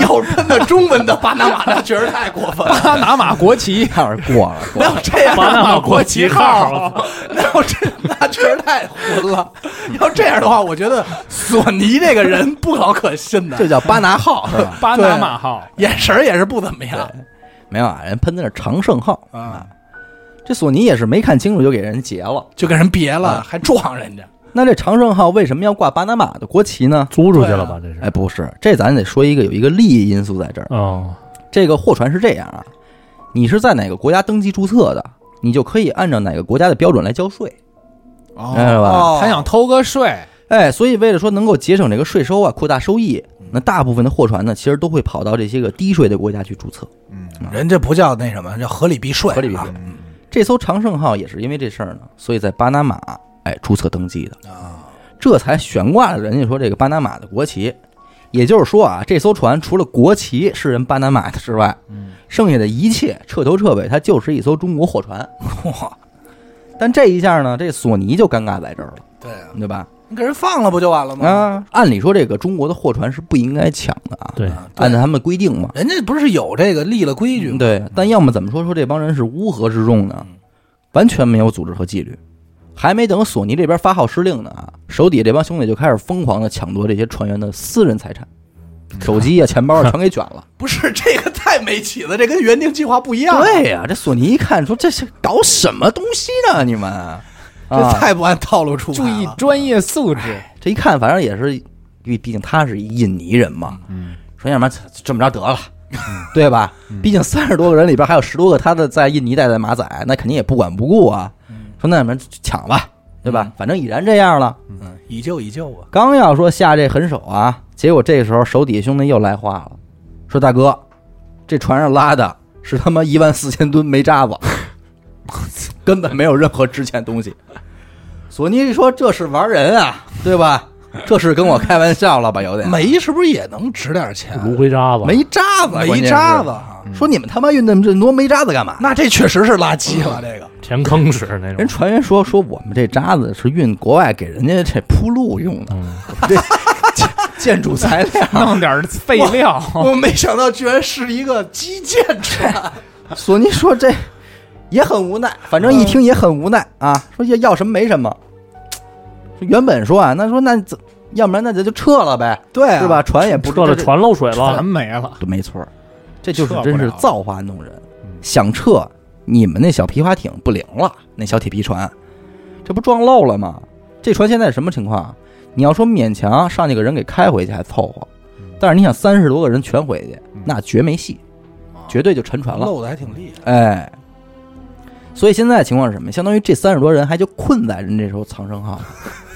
[SPEAKER 2] 要是喷的中文的巴拿马，那确实太过分
[SPEAKER 1] [laughs]
[SPEAKER 2] 了。
[SPEAKER 4] 巴拿马国旗，
[SPEAKER 1] 差点过了，过 [laughs]
[SPEAKER 2] 哪
[SPEAKER 1] 了
[SPEAKER 2] 有这样？
[SPEAKER 3] 巴拿马国旗
[SPEAKER 1] [laughs]
[SPEAKER 3] 号，
[SPEAKER 2] 哪有这？那确实太混了。要这样的话，我觉得索尼这个人不老可信的
[SPEAKER 1] 这，叫巴拿号 [laughs] 是吧？
[SPEAKER 4] 巴拿马号，
[SPEAKER 2] 眼神儿也是不怎么样。
[SPEAKER 1] 没有啊，人喷的是长盛号。
[SPEAKER 2] 啊，
[SPEAKER 1] 这索尼也是没看清楚就给人劫了。
[SPEAKER 2] 就给人别了，还撞人家。
[SPEAKER 1] 那这长盛号为什么要挂巴拿马的国旗呢？
[SPEAKER 3] 租出去了吧？这是
[SPEAKER 1] 哎，，不是，这咱得说一个有一个利益因素在这儿。
[SPEAKER 3] 哦，
[SPEAKER 1] 这个货船是这样啊，你是在哪个国家登记注册的，你就可以按照哪个国家的标准来交税，明白吧？
[SPEAKER 2] 哦
[SPEAKER 4] 他想偷个税，
[SPEAKER 1] 哎，所以为了说能够节省这个税收啊，扩大收益，那大部分的货船呢，其实都会跑到这些个低税的国家去注册。
[SPEAKER 2] 人家不叫那什么，叫合理避税，
[SPEAKER 1] 合理避税
[SPEAKER 2] 啊
[SPEAKER 1] 这艘长盛号也是因为这事儿呢，所以在巴拿马哎注册登记的。
[SPEAKER 2] 啊，
[SPEAKER 1] 这才悬挂了人家说这个巴拿马的国旗。也就是说啊，这艘船除了国旗是人巴拿马的之外，
[SPEAKER 2] 嗯
[SPEAKER 1] 剩下的一切彻头彻尾，它就是一艘中国货船。 [laughs]
[SPEAKER 2] 哇，
[SPEAKER 1] 但这一下呢，这索尼就尴尬在这儿了，
[SPEAKER 2] 对啊，
[SPEAKER 1] 对吧？
[SPEAKER 2] 你给人放了不就完了吗？
[SPEAKER 1] 啊，按理说这个中国的货船是不应该抢的啊，
[SPEAKER 3] 对，
[SPEAKER 2] 啊
[SPEAKER 1] 按照他们的规定嘛。
[SPEAKER 2] 人家不是有这个立了规矩吗？
[SPEAKER 1] 嗯对，但要么怎么说说这帮人是乌合之众呢？完全没有组织和纪律。还没等索尼这边发号施令呢啊，手底下这帮兄弟就开始疯狂的抢夺这些船员的私人财产，手机啊、钱包啊全给卷了。
[SPEAKER 2] 不是这个太没起了，这跟原定计划不一样。，啊
[SPEAKER 1] 对呀、这索尼一看说这是搞什么东西呢？你们啊，
[SPEAKER 2] 这太不按套路出牌
[SPEAKER 4] 注意
[SPEAKER 2] 了。
[SPEAKER 4] 专业素质， [laughs]
[SPEAKER 1] 这一看，反正也是，毕毕竟他是一印尼人嘛，
[SPEAKER 4] 嗯，
[SPEAKER 1] 说要不然这这么着得了，
[SPEAKER 2] 嗯
[SPEAKER 1] 对吧？毕竟三十多个人里边还有十多个他的在印尼带的马仔，那肯定也不管不顾啊。
[SPEAKER 2] 嗯
[SPEAKER 1] 说那我们抢吧，对吧？反正已然这样了，
[SPEAKER 2] 嗯，以旧以旧吧。
[SPEAKER 1] 刚要说下这狠手啊，结果这时候手底下兄弟又来话了，说大哥，这船上拉的是他妈一万四千吨煤渣子，根本没有任何值钱东西。索尼说这是玩人啊，对吧？这是跟我开玩笑了吧？有点
[SPEAKER 2] 煤是不是也能值点钱？啊
[SPEAKER 3] 芦荟渣子，
[SPEAKER 1] 煤渣子，
[SPEAKER 2] 煤渣子，啊，
[SPEAKER 1] 说你们他妈运那么这么多煤渣子干嘛？
[SPEAKER 2] 那这确实是垃圾了。这个
[SPEAKER 3] 填坑使那
[SPEAKER 1] 人
[SPEAKER 3] 种，
[SPEAKER 1] 船员说说我们这渣子是运国外给人家这铺路用的，
[SPEAKER 3] 嗯，
[SPEAKER 1] 建筑材料。
[SPEAKER 4] 弄点儿废料，
[SPEAKER 1] 哦
[SPEAKER 2] 我没想到居然是一个基建
[SPEAKER 1] [laughs]
[SPEAKER 2] 船，
[SPEAKER 1] [laughs] 索尼说这也很无奈，反正一嗯听也很无奈啊，说要要什么没什么。说原本说啊，那说那怎要不然那咱就撤了呗，
[SPEAKER 2] 对啊，
[SPEAKER 1] 是吧？？船也不
[SPEAKER 3] 撤了，
[SPEAKER 1] 这
[SPEAKER 3] 船漏水了
[SPEAKER 4] 咱，没了，
[SPEAKER 1] 对，没错儿，这就是
[SPEAKER 4] 撤不
[SPEAKER 1] 真是
[SPEAKER 4] 了
[SPEAKER 1] 造化弄人
[SPEAKER 3] 嗯。
[SPEAKER 1] 想撤，你们那小皮划艇不灵了，那小铁皮船，这不撞漏了吗？这船现在什么情况啊？你要说勉强上去个人给开回去还凑合
[SPEAKER 3] 嗯，
[SPEAKER 1] 但是你想三十多个人全回去
[SPEAKER 3] 嗯，
[SPEAKER 1] 那绝没戏，绝对就沉船了。
[SPEAKER 2] 漏的还挺厉害。
[SPEAKER 1] 哎，所以现在情况是什么？相当于这三十多人还就困在人这艘长生号， [laughs]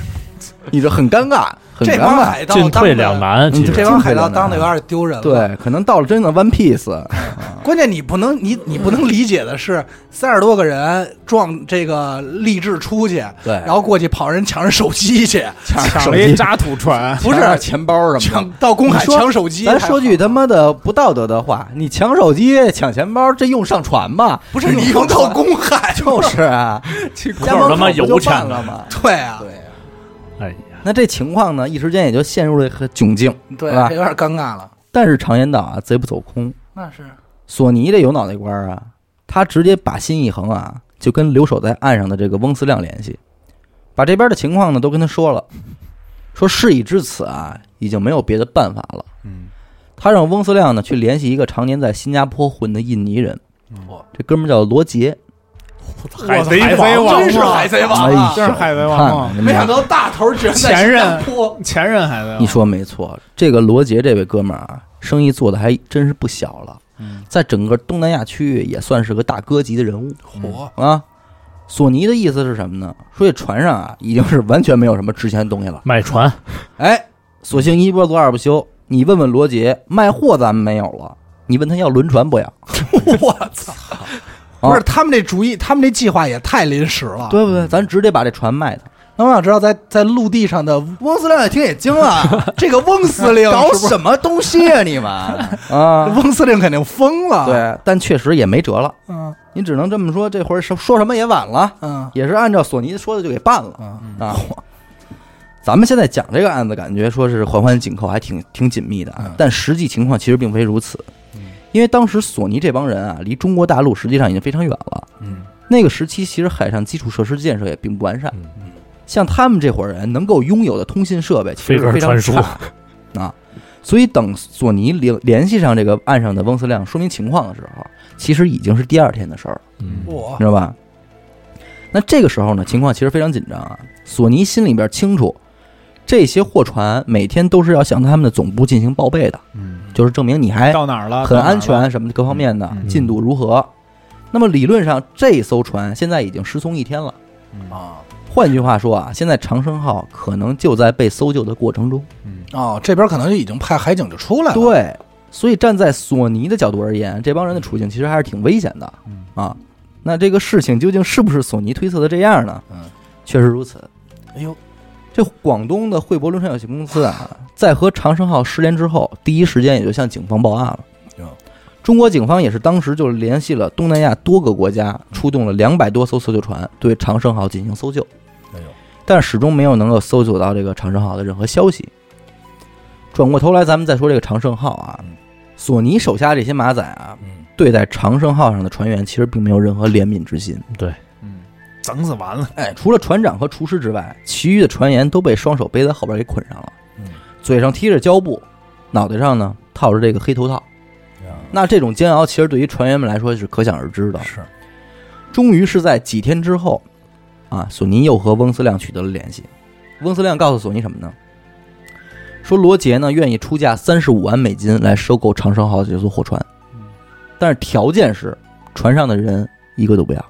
[SPEAKER 1] 你这很尴尬，很
[SPEAKER 2] 这
[SPEAKER 1] 尴
[SPEAKER 2] 帮
[SPEAKER 1] 尬。
[SPEAKER 2] 海盗
[SPEAKER 3] 进
[SPEAKER 2] 当
[SPEAKER 3] 退
[SPEAKER 2] 的
[SPEAKER 3] 两，难。其
[SPEAKER 1] 嗯
[SPEAKER 2] 这
[SPEAKER 3] 实
[SPEAKER 2] 帮海盗当的有点丢人了。，
[SPEAKER 1] 对，可能到了真的 One Piece，
[SPEAKER 2] 关键你不能你你不能理解的是，三十多个人撞这个励志出去，
[SPEAKER 1] 对，
[SPEAKER 2] [laughs] 然后过去跑人抢人手机去，
[SPEAKER 4] 抢了一渣土船，
[SPEAKER 2] 不是
[SPEAKER 1] 抢点钱包什么的，
[SPEAKER 2] 抢到公海
[SPEAKER 1] 你说
[SPEAKER 2] 抢手机。
[SPEAKER 1] 咱说句他妈的不道德的话，你抢手机、抢钱包，这用上船吗？
[SPEAKER 2] 不是你用到公海， [laughs]
[SPEAKER 1] 就是啊，
[SPEAKER 3] 口
[SPEAKER 1] 家门
[SPEAKER 3] 他
[SPEAKER 1] 口
[SPEAKER 3] 妈
[SPEAKER 1] 不就
[SPEAKER 3] 油
[SPEAKER 1] 办
[SPEAKER 3] 钱
[SPEAKER 1] 了
[SPEAKER 3] 呢
[SPEAKER 1] 吗？
[SPEAKER 2] 对啊，
[SPEAKER 1] 对
[SPEAKER 3] 哎呀，
[SPEAKER 1] 那这情况呢，一时间也就陷入了很窘境。
[SPEAKER 2] 对
[SPEAKER 1] 是吧
[SPEAKER 2] 这有点尴尬了。
[SPEAKER 1] 但是常言道啊，贼不走空，
[SPEAKER 2] 那是
[SPEAKER 1] 索尼这有脑袋瓜儿啊，他直接把心一横啊，就跟留守在岸上的这个翁思亮联系，把这边的情况呢都跟他说了，说事已至此啊，已经没有别的办法了。
[SPEAKER 3] 嗯，
[SPEAKER 1] 他让翁思亮呢去联系一个常年在新加坡混的印尼人，
[SPEAKER 4] 嗯
[SPEAKER 2] 我
[SPEAKER 1] 这哥们儿叫罗杰。哎
[SPEAKER 3] 海贼
[SPEAKER 4] 海贼
[SPEAKER 3] 王
[SPEAKER 4] 王
[SPEAKER 2] 真是海贼王啊！
[SPEAKER 4] 真是海贼王
[SPEAKER 1] 看看
[SPEAKER 4] 啊！
[SPEAKER 1] 你们
[SPEAKER 2] 没
[SPEAKER 1] 俩
[SPEAKER 2] 想到大头居然在
[SPEAKER 4] 前任
[SPEAKER 2] 新加坡
[SPEAKER 4] 前任海贼王，
[SPEAKER 1] 你说没错，这个罗杰这位哥们儿啊，生意做的还真是不小了，
[SPEAKER 4] 嗯
[SPEAKER 1] 在整个东南亚区域也算是个大哥级的人物
[SPEAKER 4] 嗯
[SPEAKER 2] 火，
[SPEAKER 1] 啊。索尼的意思是什么呢？说这船上啊，已经是完全没有什么值钱的东西了。
[SPEAKER 3] 卖船，
[SPEAKER 1] 哎，索性一波做二不休。你问问罗杰，卖货咱们没有了，你问他要轮船不要？啊
[SPEAKER 2] 我操！ [laughs] 不是他们这主意，他们这计划也太临时了。
[SPEAKER 1] 对不对？咱直接把这船卖他。
[SPEAKER 2] 那我想知道在，在陆地上的
[SPEAKER 1] 翁司令一听也惊了，
[SPEAKER 2] 这个翁司令
[SPEAKER 1] [laughs] 搞
[SPEAKER 2] 哎是不是
[SPEAKER 1] 什么东西啊
[SPEAKER 2] [laughs]
[SPEAKER 1] 你们啊？
[SPEAKER 2] 翁司令肯定疯了。，
[SPEAKER 1] 对，但确实也没辙了，
[SPEAKER 2] 嗯
[SPEAKER 1] 你只能这么说。这会儿说说什么也晚了，
[SPEAKER 2] 嗯
[SPEAKER 1] 也是按照索尼说的就给办了
[SPEAKER 2] 嗯，
[SPEAKER 1] 啊。 [laughs] 咱们现在讲这个案子，感觉说是环环紧扣，还挺挺紧密的啊
[SPEAKER 2] 嗯。
[SPEAKER 1] 但实际情况其实并非如此，因为当时索尼这帮人啊，离中国大陆实际上已经非常远了。
[SPEAKER 3] 嗯，
[SPEAKER 1] 那个时期其实海上基础设施建设也并不完善
[SPEAKER 3] 嗯，
[SPEAKER 1] 像他们这伙人能够拥有的通信设备其实是非
[SPEAKER 3] 飞鸽
[SPEAKER 1] 常
[SPEAKER 3] 传书
[SPEAKER 1] 差的 [laughs] 啊。所以等索尼联联系上这个岸上的翁思亮说明情况的时候，其实已经是第二天的事儿了，
[SPEAKER 3] 嗯，
[SPEAKER 2] 我
[SPEAKER 1] 你知道吧？那这个时候呢，情况其实非常紧张啊。索尼心里边清楚，这些货船每天都是要向他们的总部进行报备的，
[SPEAKER 3] 嗯，
[SPEAKER 1] 就是证明你还
[SPEAKER 4] 到哪儿了？
[SPEAKER 1] 很
[SPEAKER 4] 到哪儿了
[SPEAKER 1] 安，全什么的各方面的
[SPEAKER 4] 嗯
[SPEAKER 3] 嗯
[SPEAKER 1] 进度如何。那么理论上，这艘船现在已经失踪一天了。
[SPEAKER 2] 啊
[SPEAKER 1] 换句话说啊，现在长生号可能就在被搜救的过程中。
[SPEAKER 2] 哦，这边可能就已经派海警就出来了。
[SPEAKER 1] 对，所以站在索尼的角度而言，这帮人的处境其实还是挺危险的
[SPEAKER 3] 嗯
[SPEAKER 1] 啊。那这个事情究竟是不是索尼推测的这样呢？
[SPEAKER 2] 嗯，
[SPEAKER 1] 确实如此。
[SPEAKER 2] 哎呦，
[SPEAKER 1] 这广东的惠博轮船有限公司啊，在和长生号失联之后，第一时间也就向警方报案了
[SPEAKER 2] 哟。
[SPEAKER 1] 中国警方也是当时就联系了东南亚多个国家，出动了
[SPEAKER 2] 嗯
[SPEAKER 1] 两百多艘搜救船对长生号进行搜救，
[SPEAKER 2] 哎呦，
[SPEAKER 1] 但始终没有能够搜索到这个长生号的任何消息。转过头来，咱们再说这个长生号啊
[SPEAKER 2] 嗯，
[SPEAKER 1] 索尼手下这些马仔啊，
[SPEAKER 2] 嗯，
[SPEAKER 1] 对待长生号上的船员其实并没有任何怜悯之心。
[SPEAKER 3] 对，
[SPEAKER 4] 嗯，整死完了，
[SPEAKER 1] 哎，除了船长和厨师之外，其余的船员都被双手背在后边给捆上了，
[SPEAKER 2] 嗯
[SPEAKER 1] 嘴上贴着胶布，脑袋上呢套着这个黑头套。那这种煎熬，其实对于船员们来说是可想而知的。
[SPEAKER 2] 嗯是
[SPEAKER 1] 终于是在几天之后，啊，索尼又和翁思亮取得了联系。翁思亮告诉索尼什么呢？说罗杰呢愿意出价三十五万美金来收购长生号这艘货船，但是条件是船上的人一个都不要，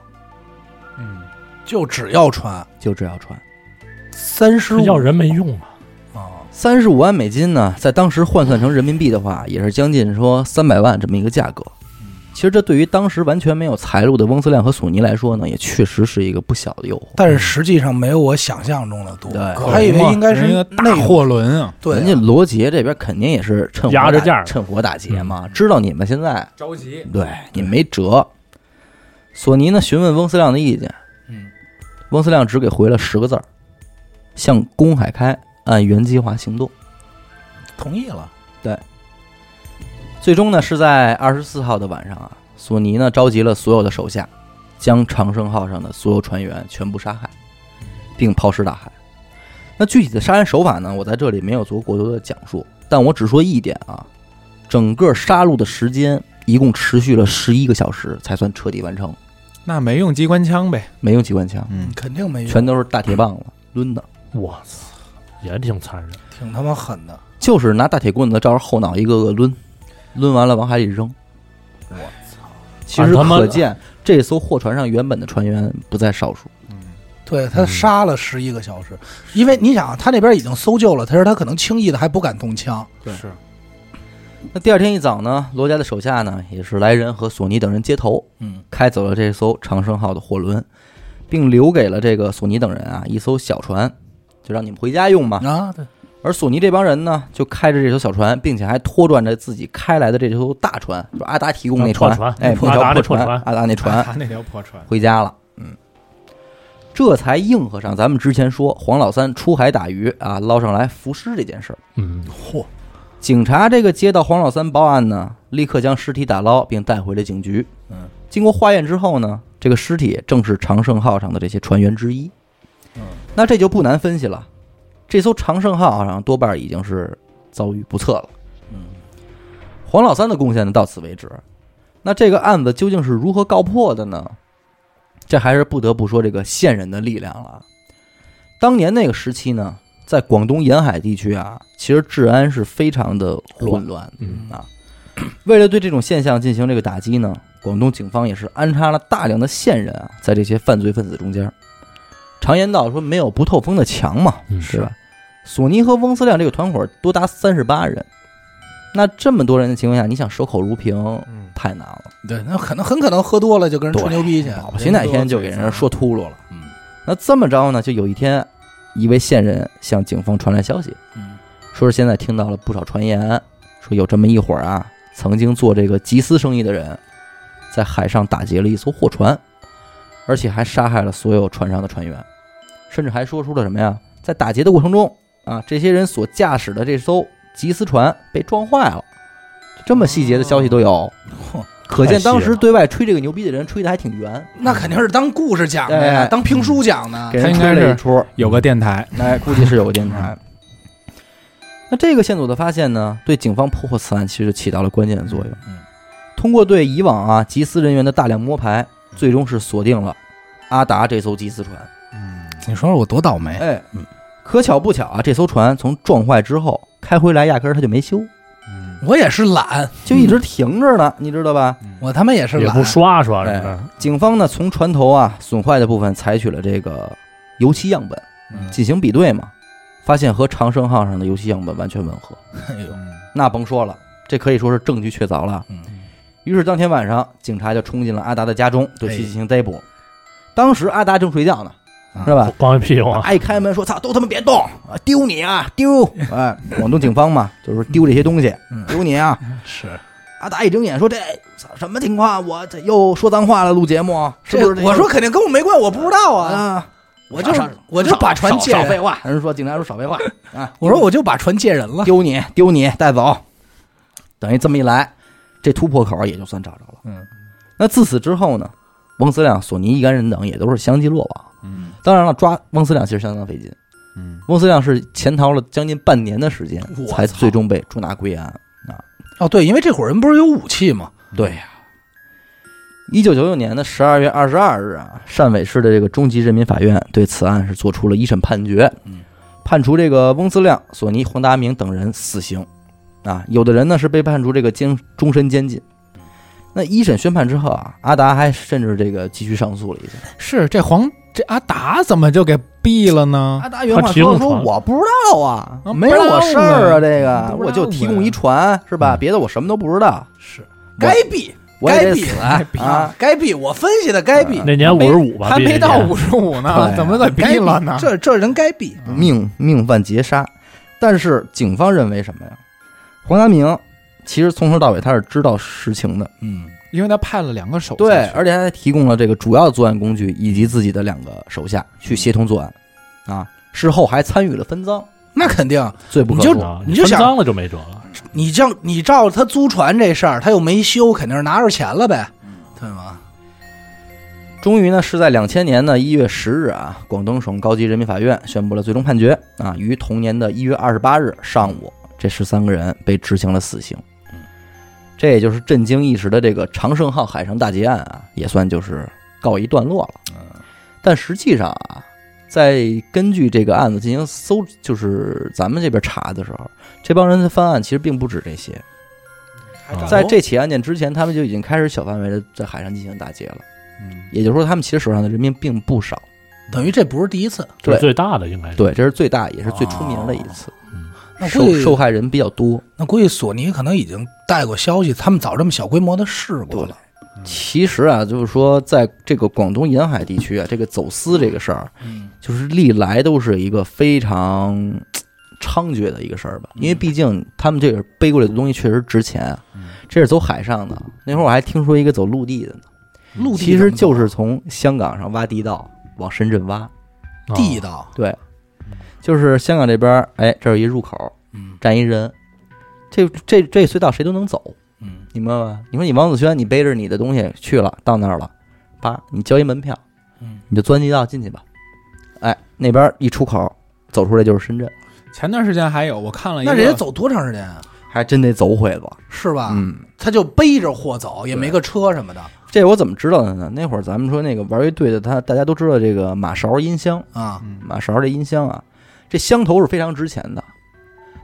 [SPEAKER 4] 嗯，
[SPEAKER 2] 就只要船啊
[SPEAKER 1] 就只要船。
[SPEAKER 2] 三十五
[SPEAKER 3] 要人没用啊，
[SPEAKER 2] 啊，
[SPEAKER 1] 三十五万美金呢，在当时换算成人民币的话，也是将近说三百万这么一个价格。其实这对于当时完全没有财路的翁思亮和索尼来说呢，也确实是一个不小的诱惑。
[SPEAKER 2] 但是实际上没有我想象中的多
[SPEAKER 1] 对，
[SPEAKER 2] 我还以为应该是
[SPEAKER 4] 人家
[SPEAKER 2] 内
[SPEAKER 4] 大
[SPEAKER 2] 陆
[SPEAKER 4] 货轮啊，
[SPEAKER 2] 对啊，
[SPEAKER 1] 人家罗杰这边肯定也是趁火打
[SPEAKER 3] 压着价儿嗯
[SPEAKER 1] 趁火打劫嘛，知道你们现在
[SPEAKER 4] 着急，
[SPEAKER 1] 对你没辙。索尼呢询问翁思亮的意见，
[SPEAKER 4] 嗯，
[SPEAKER 1] 翁思亮只给回了十个字儿：向公海开，按原计划行动。
[SPEAKER 2] 同意了，
[SPEAKER 1] 最终呢，是在二十四号的晚上啊，索尼呢召集了所有的手下，将长生号上的所有船员全部杀害，并抛尸大海。那具体的杀人手法呢，我在这里没有做过多的讲述，但我只说一点啊，整个杀戮的时间一共持续了十一个小时才算彻底完成，
[SPEAKER 4] 那没用机关枪呗，
[SPEAKER 1] 没用机关枪，
[SPEAKER 4] 嗯，
[SPEAKER 2] 肯定没用，
[SPEAKER 1] 全都是大铁棒子抡的，
[SPEAKER 3] 我操，也挺残忍。
[SPEAKER 2] 挺他妈狠的。
[SPEAKER 1] 就是拿大铁棍子照着后脑一个个抡，抡完了往海里扔。
[SPEAKER 2] 我
[SPEAKER 1] 操！其实
[SPEAKER 3] 啊他妈
[SPEAKER 1] 可见这艘货船上原本的船员不在少数。嗯
[SPEAKER 2] 对他杀了十一个小时，因为你想啊，他那边已经搜救了，他说他可能轻易的还不敢动枪，
[SPEAKER 1] 对
[SPEAKER 4] 是，
[SPEAKER 1] 那第二天一早呢，罗家的手下呢也是莱人和索尼等人接头，
[SPEAKER 2] 嗯，
[SPEAKER 1] 开走了这艘长生号的货轮，并留给了这个索尼等人啊一艘小船，就让你们回家用
[SPEAKER 3] 嗯
[SPEAKER 1] 嘛。
[SPEAKER 2] 啊，对，
[SPEAKER 1] 而索尼这帮人呢，就开着这艘小船，并且还拖转着自己开来的这艘大船，就阿达提供那
[SPEAKER 3] 破船
[SPEAKER 1] 哎，
[SPEAKER 3] 破
[SPEAKER 1] 那条
[SPEAKER 3] 阿达那破
[SPEAKER 1] 船，
[SPEAKER 3] 船
[SPEAKER 1] 阿达那船，
[SPEAKER 4] [laughs] 他那条破船，
[SPEAKER 1] 回家了。嗯，这才应和上咱们之前说黄老三出海打鱼啊，捞上来浮尸这件事儿。
[SPEAKER 3] 嗯，
[SPEAKER 2] 嚯，
[SPEAKER 1] 警察这个接到黄老三报案呢，立刻将尸体打捞并带回了警局。
[SPEAKER 2] 嗯，
[SPEAKER 1] 经过化验之后呢，这个尸体正是长盛号上的这些船员之一。
[SPEAKER 2] 嗯，
[SPEAKER 1] 那这就不难分析了，这艘长盛号上多半已经是遭遇不测了。
[SPEAKER 2] 嗯，
[SPEAKER 1] 黄老三的贡献呢到此为止。那这个案子究竟是如何告破的呢？这还是不得不说这个线人的力量了啊。当年那个时期呢，在广东沿海地区啊，其实治安是非常的混乱的
[SPEAKER 3] 嗯
[SPEAKER 1] 啊。为了对这种现象进行这个打击呢，广东警方也是安插了大量的线人啊，在这些犯罪分子中间。常言道说没有不透风的墙嘛，
[SPEAKER 3] 嗯
[SPEAKER 1] 是吧？索尼和翁思亮这个团伙多达三十八人，那这么多人的情况下，你想守口如瓶
[SPEAKER 4] 嗯，
[SPEAKER 1] 太难了。
[SPEAKER 2] 对，那可能很可能喝多了就跟人吹
[SPEAKER 1] 对
[SPEAKER 2] 牛逼去，
[SPEAKER 1] 保不齐哪天就给人说秃噜了。
[SPEAKER 2] 嗯
[SPEAKER 1] 那这么着呢，就有一天，一位线人向警方传来消息，
[SPEAKER 2] 嗯
[SPEAKER 1] 说是现在听到了不少传言，说有这么一伙儿啊，曾经做这个集私生意的人，在海上打劫了一艘货船，而且还杀害了所有船上的船员，甚至还说出了什么呀？在打劫的过程中啊，这些人所驾驶的这艘集私船被撞坏了，就这么细节的消息都
[SPEAKER 2] 哦
[SPEAKER 1] 有
[SPEAKER 2] 嚯，
[SPEAKER 1] 可见当
[SPEAKER 3] 太细
[SPEAKER 1] 时
[SPEAKER 3] 了
[SPEAKER 1] 对外吹这个牛逼的人吹的还挺圆，啊
[SPEAKER 2] 那肯定是当故事讲的
[SPEAKER 1] 哎嗯
[SPEAKER 2] 呀，当评书讲的
[SPEAKER 1] 给，人
[SPEAKER 4] 他应
[SPEAKER 1] 吹
[SPEAKER 4] 该
[SPEAKER 1] 了一
[SPEAKER 4] 是
[SPEAKER 1] 出。
[SPEAKER 4] 有个电台，
[SPEAKER 1] 哎，估计是有个电台。嗯那这个线索的发现呢，对警方破获此案其实起到了关键的作用。
[SPEAKER 2] 嗯，
[SPEAKER 1] 通过对以往啊缉私人员的大量摸排，最终是锁定了阿达这艘缉私船。
[SPEAKER 4] 嗯，
[SPEAKER 2] 你说我多倒霉，
[SPEAKER 1] 哎，可巧不巧啊，这艘船从撞坏之后开回来，压根儿它就没修，
[SPEAKER 4] 嗯
[SPEAKER 2] 我也是懒，嗯
[SPEAKER 1] 就一直停着呢，你知道吧？
[SPEAKER 2] 我他妈也是
[SPEAKER 3] 也
[SPEAKER 2] 懒，
[SPEAKER 3] 不刷刷什么
[SPEAKER 1] 哎
[SPEAKER 3] 的，
[SPEAKER 1] 警方呢从船头啊损坏的部分采取了这个油漆样本
[SPEAKER 2] 嗯
[SPEAKER 1] 进行比对嘛，发现和长生号上的油漆样本完全吻合。
[SPEAKER 2] 哎呦，
[SPEAKER 1] 那甭说了，这可以说是证据确凿了。
[SPEAKER 2] 嗯
[SPEAKER 1] 于是当天晚上，警察就冲进了阿达的家中，对
[SPEAKER 2] 哎
[SPEAKER 1] 其进行逮捕。当时阿达正睡觉呢，是吧？
[SPEAKER 3] 光一屁股啊，
[SPEAKER 1] 他一开门说：“操，都他妈别动，啊丢你啊，
[SPEAKER 2] [laughs]
[SPEAKER 1] 丢！”哎，广东警方嘛，就是丢这些东西
[SPEAKER 2] 嗯，
[SPEAKER 1] 丢你啊！
[SPEAKER 2] 是，
[SPEAKER 1] 阿达一睁眼说：“这操什么情况？啊我这又说脏话了，录节目是不是这
[SPEAKER 2] 这我说肯定跟我没关系，我不知道啊，
[SPEAKER 1] 啊，
[SPEAKER 2] 我就是
[SPEAKER 1] 少
[SPEAKER 2] 我就是把船
[SPEAKER 1] 少
[SPEAKER 2] 借
[SPEAKER 1] 少
[SPEAKER 2] 人，
[SPEAKER 1] 废话。”人说警察说少废话啊，
[SPEAKER 2] [laughs] 我说我就把船借人了，
[SPEAKER 1] 丢你，丢你，带走。等于这么一来，这突破口也就算找着了。
[SPEAKER 2] 嗯，
[SPEAKER 1] 那自此之后呢，翁思亮、索尼一干人等也都是相继落网。
[SPEAKER 4] 嗯
[SPEAKER 1] 当然了，抓翁思亮其实相当费劲，
[SPEAKER 4] 嗯，
[SPEAKER 1] 翁思亮是潜逃了将近半年的时间，
[SPEAKER 2] 我操
[SPEAKER 1] 才最终被捉拿归案。
[SPEAKER 2] 哦对，因为这伙人不是有武器吗？
[SPEAKER 1] 对呀、一九九九年的十二月二十二日啊，汕尾市的这个中级人民法院对此案是做出了一审判决，
[SPEAKER 2] 嗯
[SPEAKER 1] 判处这个翁思亮、索尼、黄达明等人死刑，啊，有的人呢是被判处这个监终身监禁。那一审宣判之后啊，阿达还甚至这个继续上诉了一下。
[SPEAKER 4] 是这黄这阿达怎么就给毙了呢？
[SPEAKER 1] 阿达原话
[SPEAKER 3] 他提供
[SPEAKER 1] 说说
[SPEAKER 3] 船
[SPEAKER 1] 我不知道啊，
[SPEAKER 4] 啊
[SPEAKER 1] 没有我事儿啊，
[SPEAKER 4] 不知道啊
[SPEAKER 1] 这个
[SPEAKER 4] 不知道啊
[SPEAKER 1] 我就提供一船是吧？
[SPEAKER 3] 嗯
[SPEAKER 1] 别的我什么都不知道，
[SPEAKER 2] 是，
[SPEAKER 1] 我
[SPEAKER 2] 该毙
[SPEAKER 1] 我也得
[SPEAKER 2] 该毙
[SPEAKER 1] 死
[SPEAKER 4] 该毙
[SPEAKER 1] 啊！
[SPEAKER 2] 该毙，我分析的该毙，
[SPEAKER 3] 那年五十五吧，
[SPEAKER 4] 还
[SPEAKER 3] 毕业
[SPEAKER 4] 没到
[SPEAKER 3] 年
[SPEAKER 4] 五十五
[SPEAKER 1] 对
[SPEAKER 4] 呢
[SPEAKER 1] 啊，
[SPEAKER 4] 怎么给
[SPEAKER 2] 该
[SPEAKER 4] 毙了呢？嗯
[SPEAKER 2] 这这人该毙，
[SPEAKER 1] 命命犯劫杀。但是警方认为什么呀？黄达明其实从头到尾他是知道实情的，
[SPEAKER 2] 嗯，
[SPEAKER 4] 因为他派了两个手下
[SPEAKER 1] 对，
[SPEAKER 4] 去
[SPEAKER 1] 而且他还提供了这个主要作案工具以及自己的两个手下去协同作案，啊，事后还参与了分赃，
[SPEAKER 2] 那肯定，
[SPEAKER 1] 罪不可
[SPEAKER 2] 你就
[SPEAKER 1] 恕。
[SPEAKER 3] 啊
[SPEAKER 2] 你就
[SPEAKER 3] 分
[SPEAKER 2] 想
[SPEAKER 3] 赃了就没辙了，
[SPEAKER 2] 你这样，你照他租船这事儿，他又没修，肯定是拿着钱了呗，对吗？
[SPEAKER 1] 终于呢，是在两千年的一月十日啊，广东省高级人民法院宣布了最终判决啊，于同年的一月二十八日上午，这十三个人被执行了死刑。这也就是震惊一时的这个长盛号海上大劫案啊，也算就是告一段落了。但实际上啊，在根据这个案子进行搜，就是咱们这边查的时候，这帮人的犯案其实并不止这些，在这起案件之前，他们就已经开始小范围的在海上进行打劫了。
[SPEAKER 4] 嗯，
[SPEAKER 1] 也就是说，他们其实手上的人民并不少。
[SPEAKER 2] 等于这不是第一次，
[SPEAKER 3] 这
[SPEAKER 1] 对
[SPEAKER 3] 是最大的应该是。
[SPEAKER 1] 对，这是最大也是最出名的一
[SPEAKER 2] 哦
[SPEAKER 1] 次，
[SPEAKER 2] 那
[SPEAKER 1] 受
[SPEAKER 2] 估
[SPEAKER 1] 受
[SPEAKER 2] 计
[SPEAKER 1] 害人比较多。
[SPEAKER 2] 那估计索尼可能已经带过消息，他们早这么小规模的试过了。
[SPEAKER 1] 其实啊，就是说，在这个广东沿海地区啊，这个走私这个事儿，
[SPEAKER 2] 嗯，
[SPEAKER 1] 就是历来都是一个非常嘖猖獗的一个事儿吧。因为
[SPEAKER 2] 嗯
[SPEAKER 1] 毕竟他们这个背过来的东西确实值钱啊，这是走海上的。那会儿我还听说一个走陆地的呢，
[SPEAKER 2] 陆地
[SPEAKER 1] 其实
[SPEAKER 2] 怎么走啊
[SPEAKER 1] 就是从香港上挖地道往深圳挖。
[SPEAKER 3] 啊
[SPEAKER 2] 地道，嗯
[SPEAKER 1] 对，就是香港这边儿，哎，这儿有一入口，
[SPEAKER 2] 嗯
[SPEAKER 1] 站一人，这这这隧道谁都能走，
[SPEAKER 2] 嗯，
[SPEAKER 1] 你明白吗？你说你王子轩，你背着你的东西去了，到那儿了，叭，你交一门票，
[SPEAKER 2] 嗯，
[SPEAKER 1] 你就钻地道进去吧，哎，那边一出口走出来就是深圳，
[SPEAKER 4] 前段时间还有我看了一个，
[SPEAKER 2] 那人家走多长时间啊？
[SPEAKER 1] 还真得走会子，
[SPEAKER 2] 是吧？
[SPEAKER 1] 嗯。
[SPEAKER 2] 他就背着货走，也没个车什么的
[SPEAKER 1] 这我怎么知道的呢？那会儿咱们说那个玩乐队的，他大家都知道这个马勺音箱，
[SPEAKER 2] 啊。
[SPEAKER 4] 嗯
[SPEAKER 1] 马勺这音箱啊，这箱头是非常值钱的。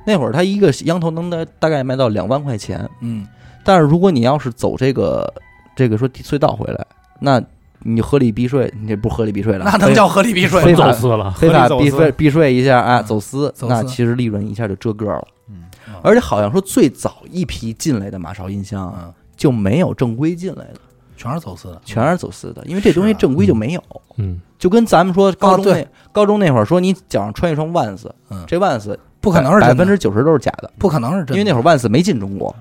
[SPEAKER 1] 那会儿它一个羊头能大大概卖到两万块钱，
[SPEAKER 2] 嗯，
[SPEAKER 1] 但是如果你要是走这个这个说隧道回来，那你合理避税，你这不合理避税了，
[SPEAKER 2] 那能叫合理避税
[SPEAKER 1] 非
[SPEAKER 2] 吗？
[SPEAKER 1] 法
[SPEAKER 3] 走私了，
[SPEAKER 1] 非法
[SPEAKER 4] 合理
[SPEAKER 1] 避
[SPEAKER 4] 走私
[SPEAKER 1] 税避税一下啊？
[SPEAKER 2] 嗯
[SPEAKER 1] 走私，
[SPEAKER 2] 走私啊
[SPEAKER 1] 那其实利润一下就遮个了。
[SPEAKER 4] 嗯
[SPEAKER 1] 而且好像说最早一批进来的马勺音箱啊，
[SPEAKER 2] 嗯，
[SPEAKER 1] 就没有正规进来的，
[SPEAKER 2] 全是走私的。
[SPEAKER 1] 全是走私的，因为这东西
[SPEAKER 2] 是啊
[SPEAKER 1] 正规就没有。
[SPEAKER 3] 嗯，
[SPEAKER 1] 就跟咱们说高中
[SPEAKER 2] 哦
[SPEAKER 1] 那、高中那会儿说你脚上穿一双万斯，
[SPEAKER 2] 嗯
[SPEAKER 1] 这万斯
[SPEAKER 2] 不可能是
[SPEAKER 1] 百
[SPEAKER 2] 真
[SPEAKER 1] 分
[SPEAKER 2] 的，
[SPEAKER 1] 之九十都是假的，
[SPEAKER 2] 不可能是真的，
[SPEAKER 1] 因为那会儿万斯没进中国。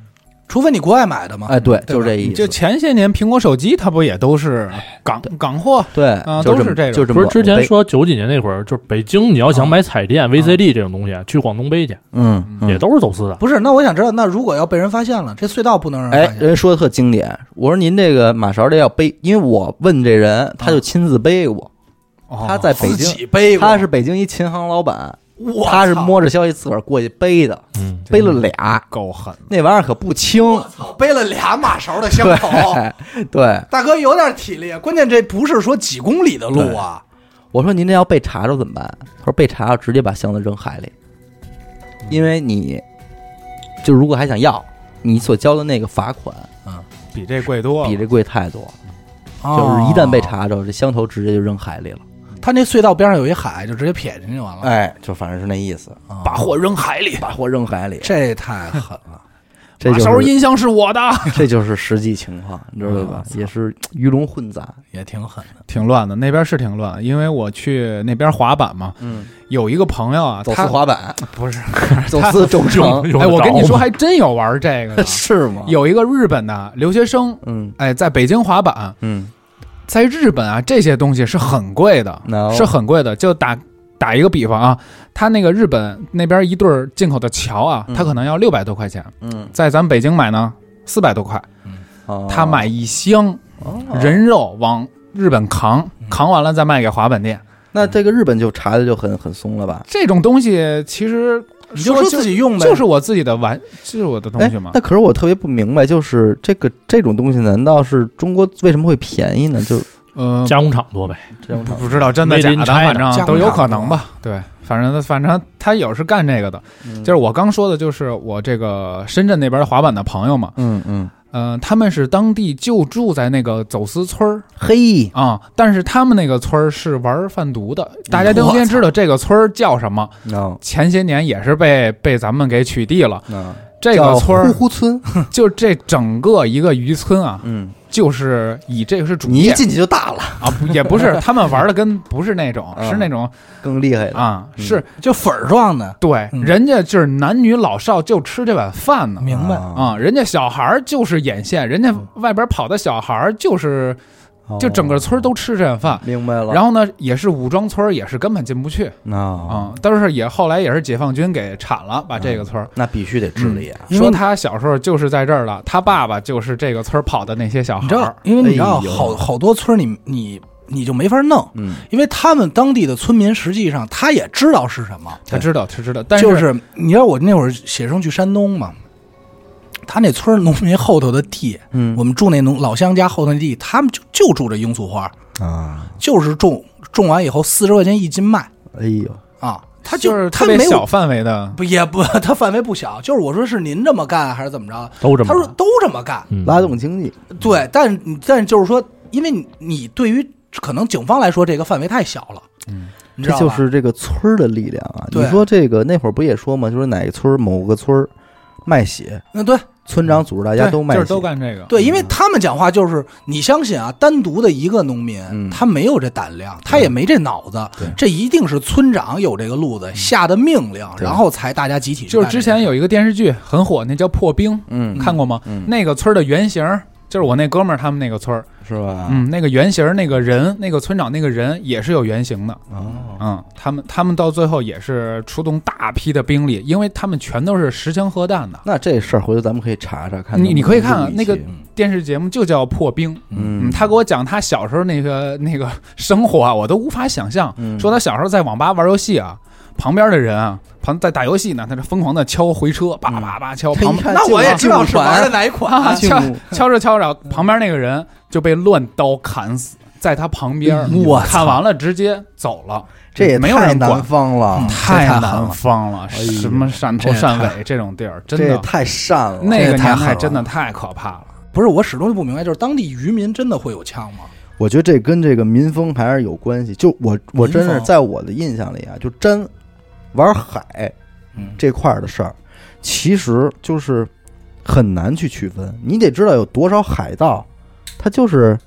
[SPEAKER 2] 除非你国外买的嘛。
[SPEAKER 1] 哎，对，
[SPEAKER 2] 对吧
[SPEAKER 1] 就是这意
[SPEAKER 4] 就
[SPEAKER 1] 思。
[SPEAKER 4] 前些年苹果手机它不也都是港港货？
[SPEAKER 1] 哎
[SPEAKER 2] 嗯
[SPEAKER 1] 对
[SPEAKER 4] 啊，
[SPEAKER 1] 就
[SPEAKER 4] 都是
[SPEAKER 1] 这么就
[SPEAKER 4] 这个
[SPEAKER 1] 这
[SPEAKER 3] 不
[SPEAKER 1] 么
[SPEAKER 3] 是之前
[SPEAKER 1] 背
[SPEAKER 3] 说九几年那会儿，就是北京你要想
[SPEAKER 2] 啊
[SPEAKER 3] 买彩电、VCD 这种东西，去广东背去，
[SPEAKER 1] 嗯，嗯
[SPEAKER 3] 也都是走私的。
[SPEAKER 2] 不是，那我想知道，那如果要被人发现了，这隧道不能让人
[SPEAKER 1] 哎
[SPEAKER 2] 发，现。
[SPEAKER 1] 人家说的特经典。我说您这个马勺这要背，因为我问这人，他就亲自背过。
[SPEAKER 4] 哦
[SPEAKER 1] 他在北
[SPEAKER 2] 自
[SPEAKER 1] 京，
[SPEAKER 2] 己背过，
[SPEAKER 1] 他是北京一琴行老板，
[SPEAKER 2] 我
[SPEAKER 1] 他是
[SPEAKER 2] 操
[SPEAKER 1] 摸着消息自个儿过去背的，
[SPEAKER 3] 嗯，
[SPEAKER 1] 背了俩，
[SPEAKER 4] 够狠，
[SPEAKER 1] 那玩意儿可不轻。
[SPEAKER 2] 我操，背了俩马勺的箱口。
[SPEAKER 1] 对，对，
[SPEAKER 2] [laughs] 大哥有点体力，关键这不是说几公里的路啊，
[SPEAKER 1] 我说您这要被查着怎么办？他说被查着直接把箱子扔海里，
[SPEAKER 2] 嗯
[SPEAKER 1] 因为你就如果还想要，你所交的那个罚款
[SPEAKER 4] 比这贵多了。
[SPEAKER 1] 比这贵太多，
[SPEAKER 2] 就
[SPEAKER 1] 就是一旦被，查着，这箱头直接就扔海里了。
[SPEAKER 2] 哦他那隧道边上有一海，就直接撇进去完了，
[SPEAKER 1] 哎，就反正是那意思，
[SPEAKER 2] 啊
[SPEAKER 4] 把货扔海里，
[SPEAKER 1] 把货扔海里，
[SPEAKER 2] 这太狠了。 [laughs]
[SPEAKER 1] 这
[SPEAKER 4] 马
[SPEAKER 1] 就
[SPEAKER 4] 勺
[SPEAKER 1] 是
[SPEAKER 4] 音箱是我的，
[SPEAKER 1] [laughs]
[SPEAKER 4] [laughs]
[SPEAKER 1] 这就是实际情况，你知道吧？
[SPEAKER 4] 嗯
[SPEAKER 1] 也是鱼龙混杂。
[SPEAKER 2] 也挺狠的，
[SPEAKER 4] 挺乱的。那边是挺乱，因为我去那边滑板嘛，
[SPEAKER 1] 嗯，
[SPEAKER 4] 有一个朋友啊，
[SPEAKER 1] 走私
[SPEAKER 4] 他
[SPEAKER 1] 滑板，
[SPEAKER 4] [laughs] 不是，
[SPEAKER 1] 走私轴承。
[SPEAKER 3] 用用
[SPEAKER 4] 哎，
[SPEAKER 3] 得
[SPEAKER 4] 我跟
[SPEAKER 3] 着
[SPEAKER 4] 你说，
[SPEAKER 3] 吗
[SPEAKER 4] 还真有玩这个
[SPEAKER 1] [laughs]
[SPEAKER 4] 的
[SPEAKER 1] 是吗？，
[SPEAKER 4] 有一个日本的留学生，
[SPEAKER 1] 嗯
[SPEAKER 4] 哎，在北京滑板，
[SPEAKER 1] 嗯，
[SPEAKER 4] 在日本啊，这些东西是很贵的
[SPEAKER 1] No
[SPEAKER 4] 是很贵的。就打打一个比方啊，他那个日本那边一对儿进口的桥啊，
[SPEAKER 1] 嗯
[SPEAKER 4] 他可能要六百多块钱，
[SPEAKER 1] 嗯，
[SPEAKER 4] 在咱们北京买呢四百多块。
[SPEAKER 1] 哦
[SPEAKER 4] 他买一箱
[SPEAKER 1] 哦嗯
[SPEAKER 4] 人肉往日本扛，扛完了再卖给滑板店。
[SPEAKER 1] 那这个日本就查的就很很松了吧？
[SPEAKER 4] 这种东西其实
[SPEAKER 2] 你就说自己用呗，
[SPEAKER 4] 就是我自己的玩，就是我的东
[SPEAKER 1] 哎
[SPEAKER 4] 西嘛，
[SPEAKER 1] 那。可是我特别不明白，就是这个这种东西，难道是中国为什么会便宜呢？就
[SPEAKER 4] 呃，
[SPEAKER 3] 加工厂多呗，
[SPEAKER 1] 这种
[SPEAKER 4] 不不知道真的
[SPEAKER 3] Made
[SPEAKER 4] 假
[SPEAKER 3] in
[SPEAKER 4] 的，
[SPEAKER 3] China
[SPEAKER 4] 反正都有可能吧。对，反正反正他有是干这个的，就是我刚说的，就是我这个深圳那边滑板的朋友嘛，
[SPEAKER 1] 嗯嗯，
[SPEAKER 4] 嗯、他们是当地就住在那个走私村儿
[SPEAKER 1] 嘿，
[SPEAKER 4] 啊、但是他们那个村儿是玩贩毒的，大家都
[SPEAKER 2] 我
[SPEAKER 4] 先
[SPEAKER 2] 操
[SPEAKER 4] 知道这个村儿叫什么。
[SPEAKER 1] 那
[SPEAKER 4] 前些年也是被被咱们给取缔了，
[SPEAKER 1] 那
[SPEAKER 4] 这个村
[SPEAKER 1] 呼 [laughs]
[SPEAKER 4] 儿
[SPEAKER 1] 呼村，
[SPEAKER 4] 就这整个一个渔村啊，
[SPEAKER 1] 嗯，
[SPEAKER 4] 就是以这个是主
[SPEAKER 1] 你一
[SPEAKER 4] 业
[SPEAKER 1] 进去就大了，
[SPEAKER 4] 啊，不也不是他们玩的跟不是那种，
[SPEAKER 1] 嗯
[SPEAKER 4] 是那种
[SPEAKER 1] 更厉害了。
[SPEAKER 4] 啊，
[SPEAKER 1] 嗯
[SPEAKER 4] 是
[SPEAKER 2] 就粉儿状的，
[SPEAKER 4] 对，
[SPEAKER 2] 嗯
[SPEAKER 4] 人家就是男女老少就吃这碗饭呢。
[SPEAKER 2] 明白？
[SPEAKER 1] 啊，
[SPEAKER 4] 啊、人家小孩儿就是眼线，人家外边跑的小孩儿就是，啊
[SPEAKER 2] 嗯
[SPEAKER 4] 就整个村儿都吃这碗饭。
[SPEAKER 1] 哦明白
[SPEAKER 2] 哦
[SPEAKER 1] 了。
[SPEAKER 4] 然后呢，也是武装村儿，也是根本进不去
[SPEAKER 1] 那
[SPEAKER 4] 啊、但是也后来也是解放军给铲了，把这个村儿。
[SPEAKER 1] 那必须得治理啊。
[SPEAKER 2] 嗯因为
[SPEAKER 4] 说他小时候就是在这儿了，他爸爸就是这个村儿跑的那些小
[SPEAKER 2] 你知
[SPEAKER 4] 孩
[SPEAKER 2] 道
[SPEAKER 4] 儿，。
[SPEAKER 2] 因为你知道
[SPEAKER 1] 哎呦
[SPEAKER 2] 好好多村儿你你你就没法弄，
[SPEAKER 1] 嗯，
[SPEAKER 2] 因为他们当地的村民实际上他也知道是什么，
[SPEAKER 4] 他知道，他知道，但
[SPEAKER 2] 就是是你知道我那会儿写生去山东嘛，他那村儿农民后头的地，
[SPEAKER 1] 嗯
[SPEAKER 2] 我们住那农老乡家后头的地，他们就就住着罂粟花，
[SPEAKER 4] 啊，
[SPEAKER 2] 就是种种完以后四十块钱一斤卖
[SPEAKER 1] 哎呦，
[SPEAKER 2] 啊，他
[SPEAKER 4] 就
[SPEAKER 2] 就是他
[SPEAKER 4] 特别
[SPEAKER 2] 没
[SPEAKER 4] 小
[SPEAKER 2] 有
[SPEAKER 4] 范围的，
[SPEAKER 2] 不也不 [laughs] 他范围不小，就是我说是您这么干还是怎么着？
[SPEAKER 3] 都这么
[SPEAKER 2] 他说
[SPEAKER 3] 干
[SPEAKER 2] 都这么干，
[SPEAKER 3] 嗯
[SPEAKER 1] 拉动经济，
[SPEAKER 2] 对，但但就是说，因为你你对于可能警方来说这个范围太小了，
[SPEAKER 4] 嗯，
[SPEAKER 2] 你知
[SPEAKER 1] 这
[SPEAKER 2] 道吧？
[SPEAKER 1] 就是这个村儿的力量啊！你
[SPEAKER 2] 对
[SPEAKER 1] 说这个那会儿不也说嘛，就是哪个村儿某个村儿卖血，
[SPEAKER 2] 嗯对
[SPEAKER 1] 村长组织大家
[SPEAKER 4] 对
[SPEAKER 1] 都卖
[SPEAKER 4] 就
[SPEAKER 1] 血，
[SPEAKER 4] 是都干这个，
[SPEAKER 2] 对，因为他们讲话就是你相信啊，单独的一个农民，
[SPEAKER 1] 嗯
[SPEAKER 2] 他没有这胆量，他也没这脑子，这一定是村长有这个路子下的命令，
[SPEAKER 1] 嗯对
[SPEAKER 2] 然后才大家集体去
[SPEAKER 4] 就是
[SPEAKER 2] 干
[SPEAKER 4] 之
[SPEAKER 2] 这个
[SPEAKER 4] 前有一个电视剧很火，那叫《破冰》，
[SPEAKER 1] 嗯，
[SPEAKER 4] 看过吗？
[SPEAKER 1] 嗯
[SPEAKER 4] 那个村儿的原型儿就是我那哥们儿他们那个村儿，
[SPEAKER 1] 是吧？
[SPEAKER 4] 嗯，那个原型儿那个人，那个村长那个人也是有原型的，
[SPEAKER 1] 哦，
[SPEAKER 4] 嗯，他们他们到最后也是出动大批的兵力，因为他们全都是实枪核弹的。
[SPEAKER 1] 那这事儿回头咱们可以查查看能不能录一期，
[SPEAKER 4] 你你可以看啊看那个电视节目就叫《破冰》，
[SPEAKER 1] 嗯，
[SPEAKER 4] 嗯，他给我讲他小时候那个那个生活啊，我都无法想象。
[SPEAKER 1] 嗯
[SPEAKER 4] 说他小时候在网吧玩游戏啊，旁边的人啊，旁在打游戏呢，他就疯狂的敲回车，叭叭叭敲。旁
[SPEAKER 1] 一
[SPEAKER 4] 边
[SPEAKER 1] 看
[SPEAKER 2] 那我也知道
[SPEAKER 1] 进
[SPEAKER 2] 是
[SPEAKER 1] 入
[SPEAKER 2] 玩的哪一款，
[SPEAKER 4] 啊，
[SPEAKER 1] 进
[SPEAKER 4] 敲
[SPEAKER 1] 入
[SPEAKER 4] 敲着敲着，旁边那个人就被乱刀砍死，在他旁边
[SPEAKER 2] 哎。呦
[SPEAKER 4] 砍完了直接走了，
[SPEAKER 1] 这也
[SPEAKER 4] 没有人
[SPEAKER 1] 太南
[SPEAKER 4] 管，嗯
[SPEAKER 1] 方了，
[SPEAKER 4] 太
[SPEAKER 2] 这太狠
[SPEAKER 4] 南
[SPEAKER 2] 了
[SPEAKER 4] 方了，
[SPEAKER 1] 哎呦
[SPEAKER 4] 什么汕头、
[SPEAKER 2] 这也
[SPEAKER 4] 汕
[SPEAKER 2] 太
[SPEAKER 4] 尾这种地儿，真
[SPEAKER 1] 这也
[SPEAKER 4] 的
[SPEAKER 1] 太善了。
[SPEAKER 4] 那
[SPEAKER 2] 这
[SPEAKER 4] 个
[SPEAKER 2] 也太
[SPEAKER 4] 年
[SPEAKER 2] 狠
[SPEAKER 4] 代
[SPEAKER 2] 了
[SPEAKER 4] 真的太可怕了。
[SPEAKER 2] 不是我始终就不明白，就是当地渔民真的会有枪吗？
[SPEAKER 1] 我觉得这跟这个民风还是有关系。就我我真
[SPEAKER 2] 民
[SPEAKER 1] 是
[SPEAKER 2] 风
[SPEAKER 1] 在我的印象里啊，就沾玩海
[SPEAKER 2] 嗯，
[SPEAKER 1] 这块儿的事儿，其实就是很难去区分。你得知道有多少海盗，他就是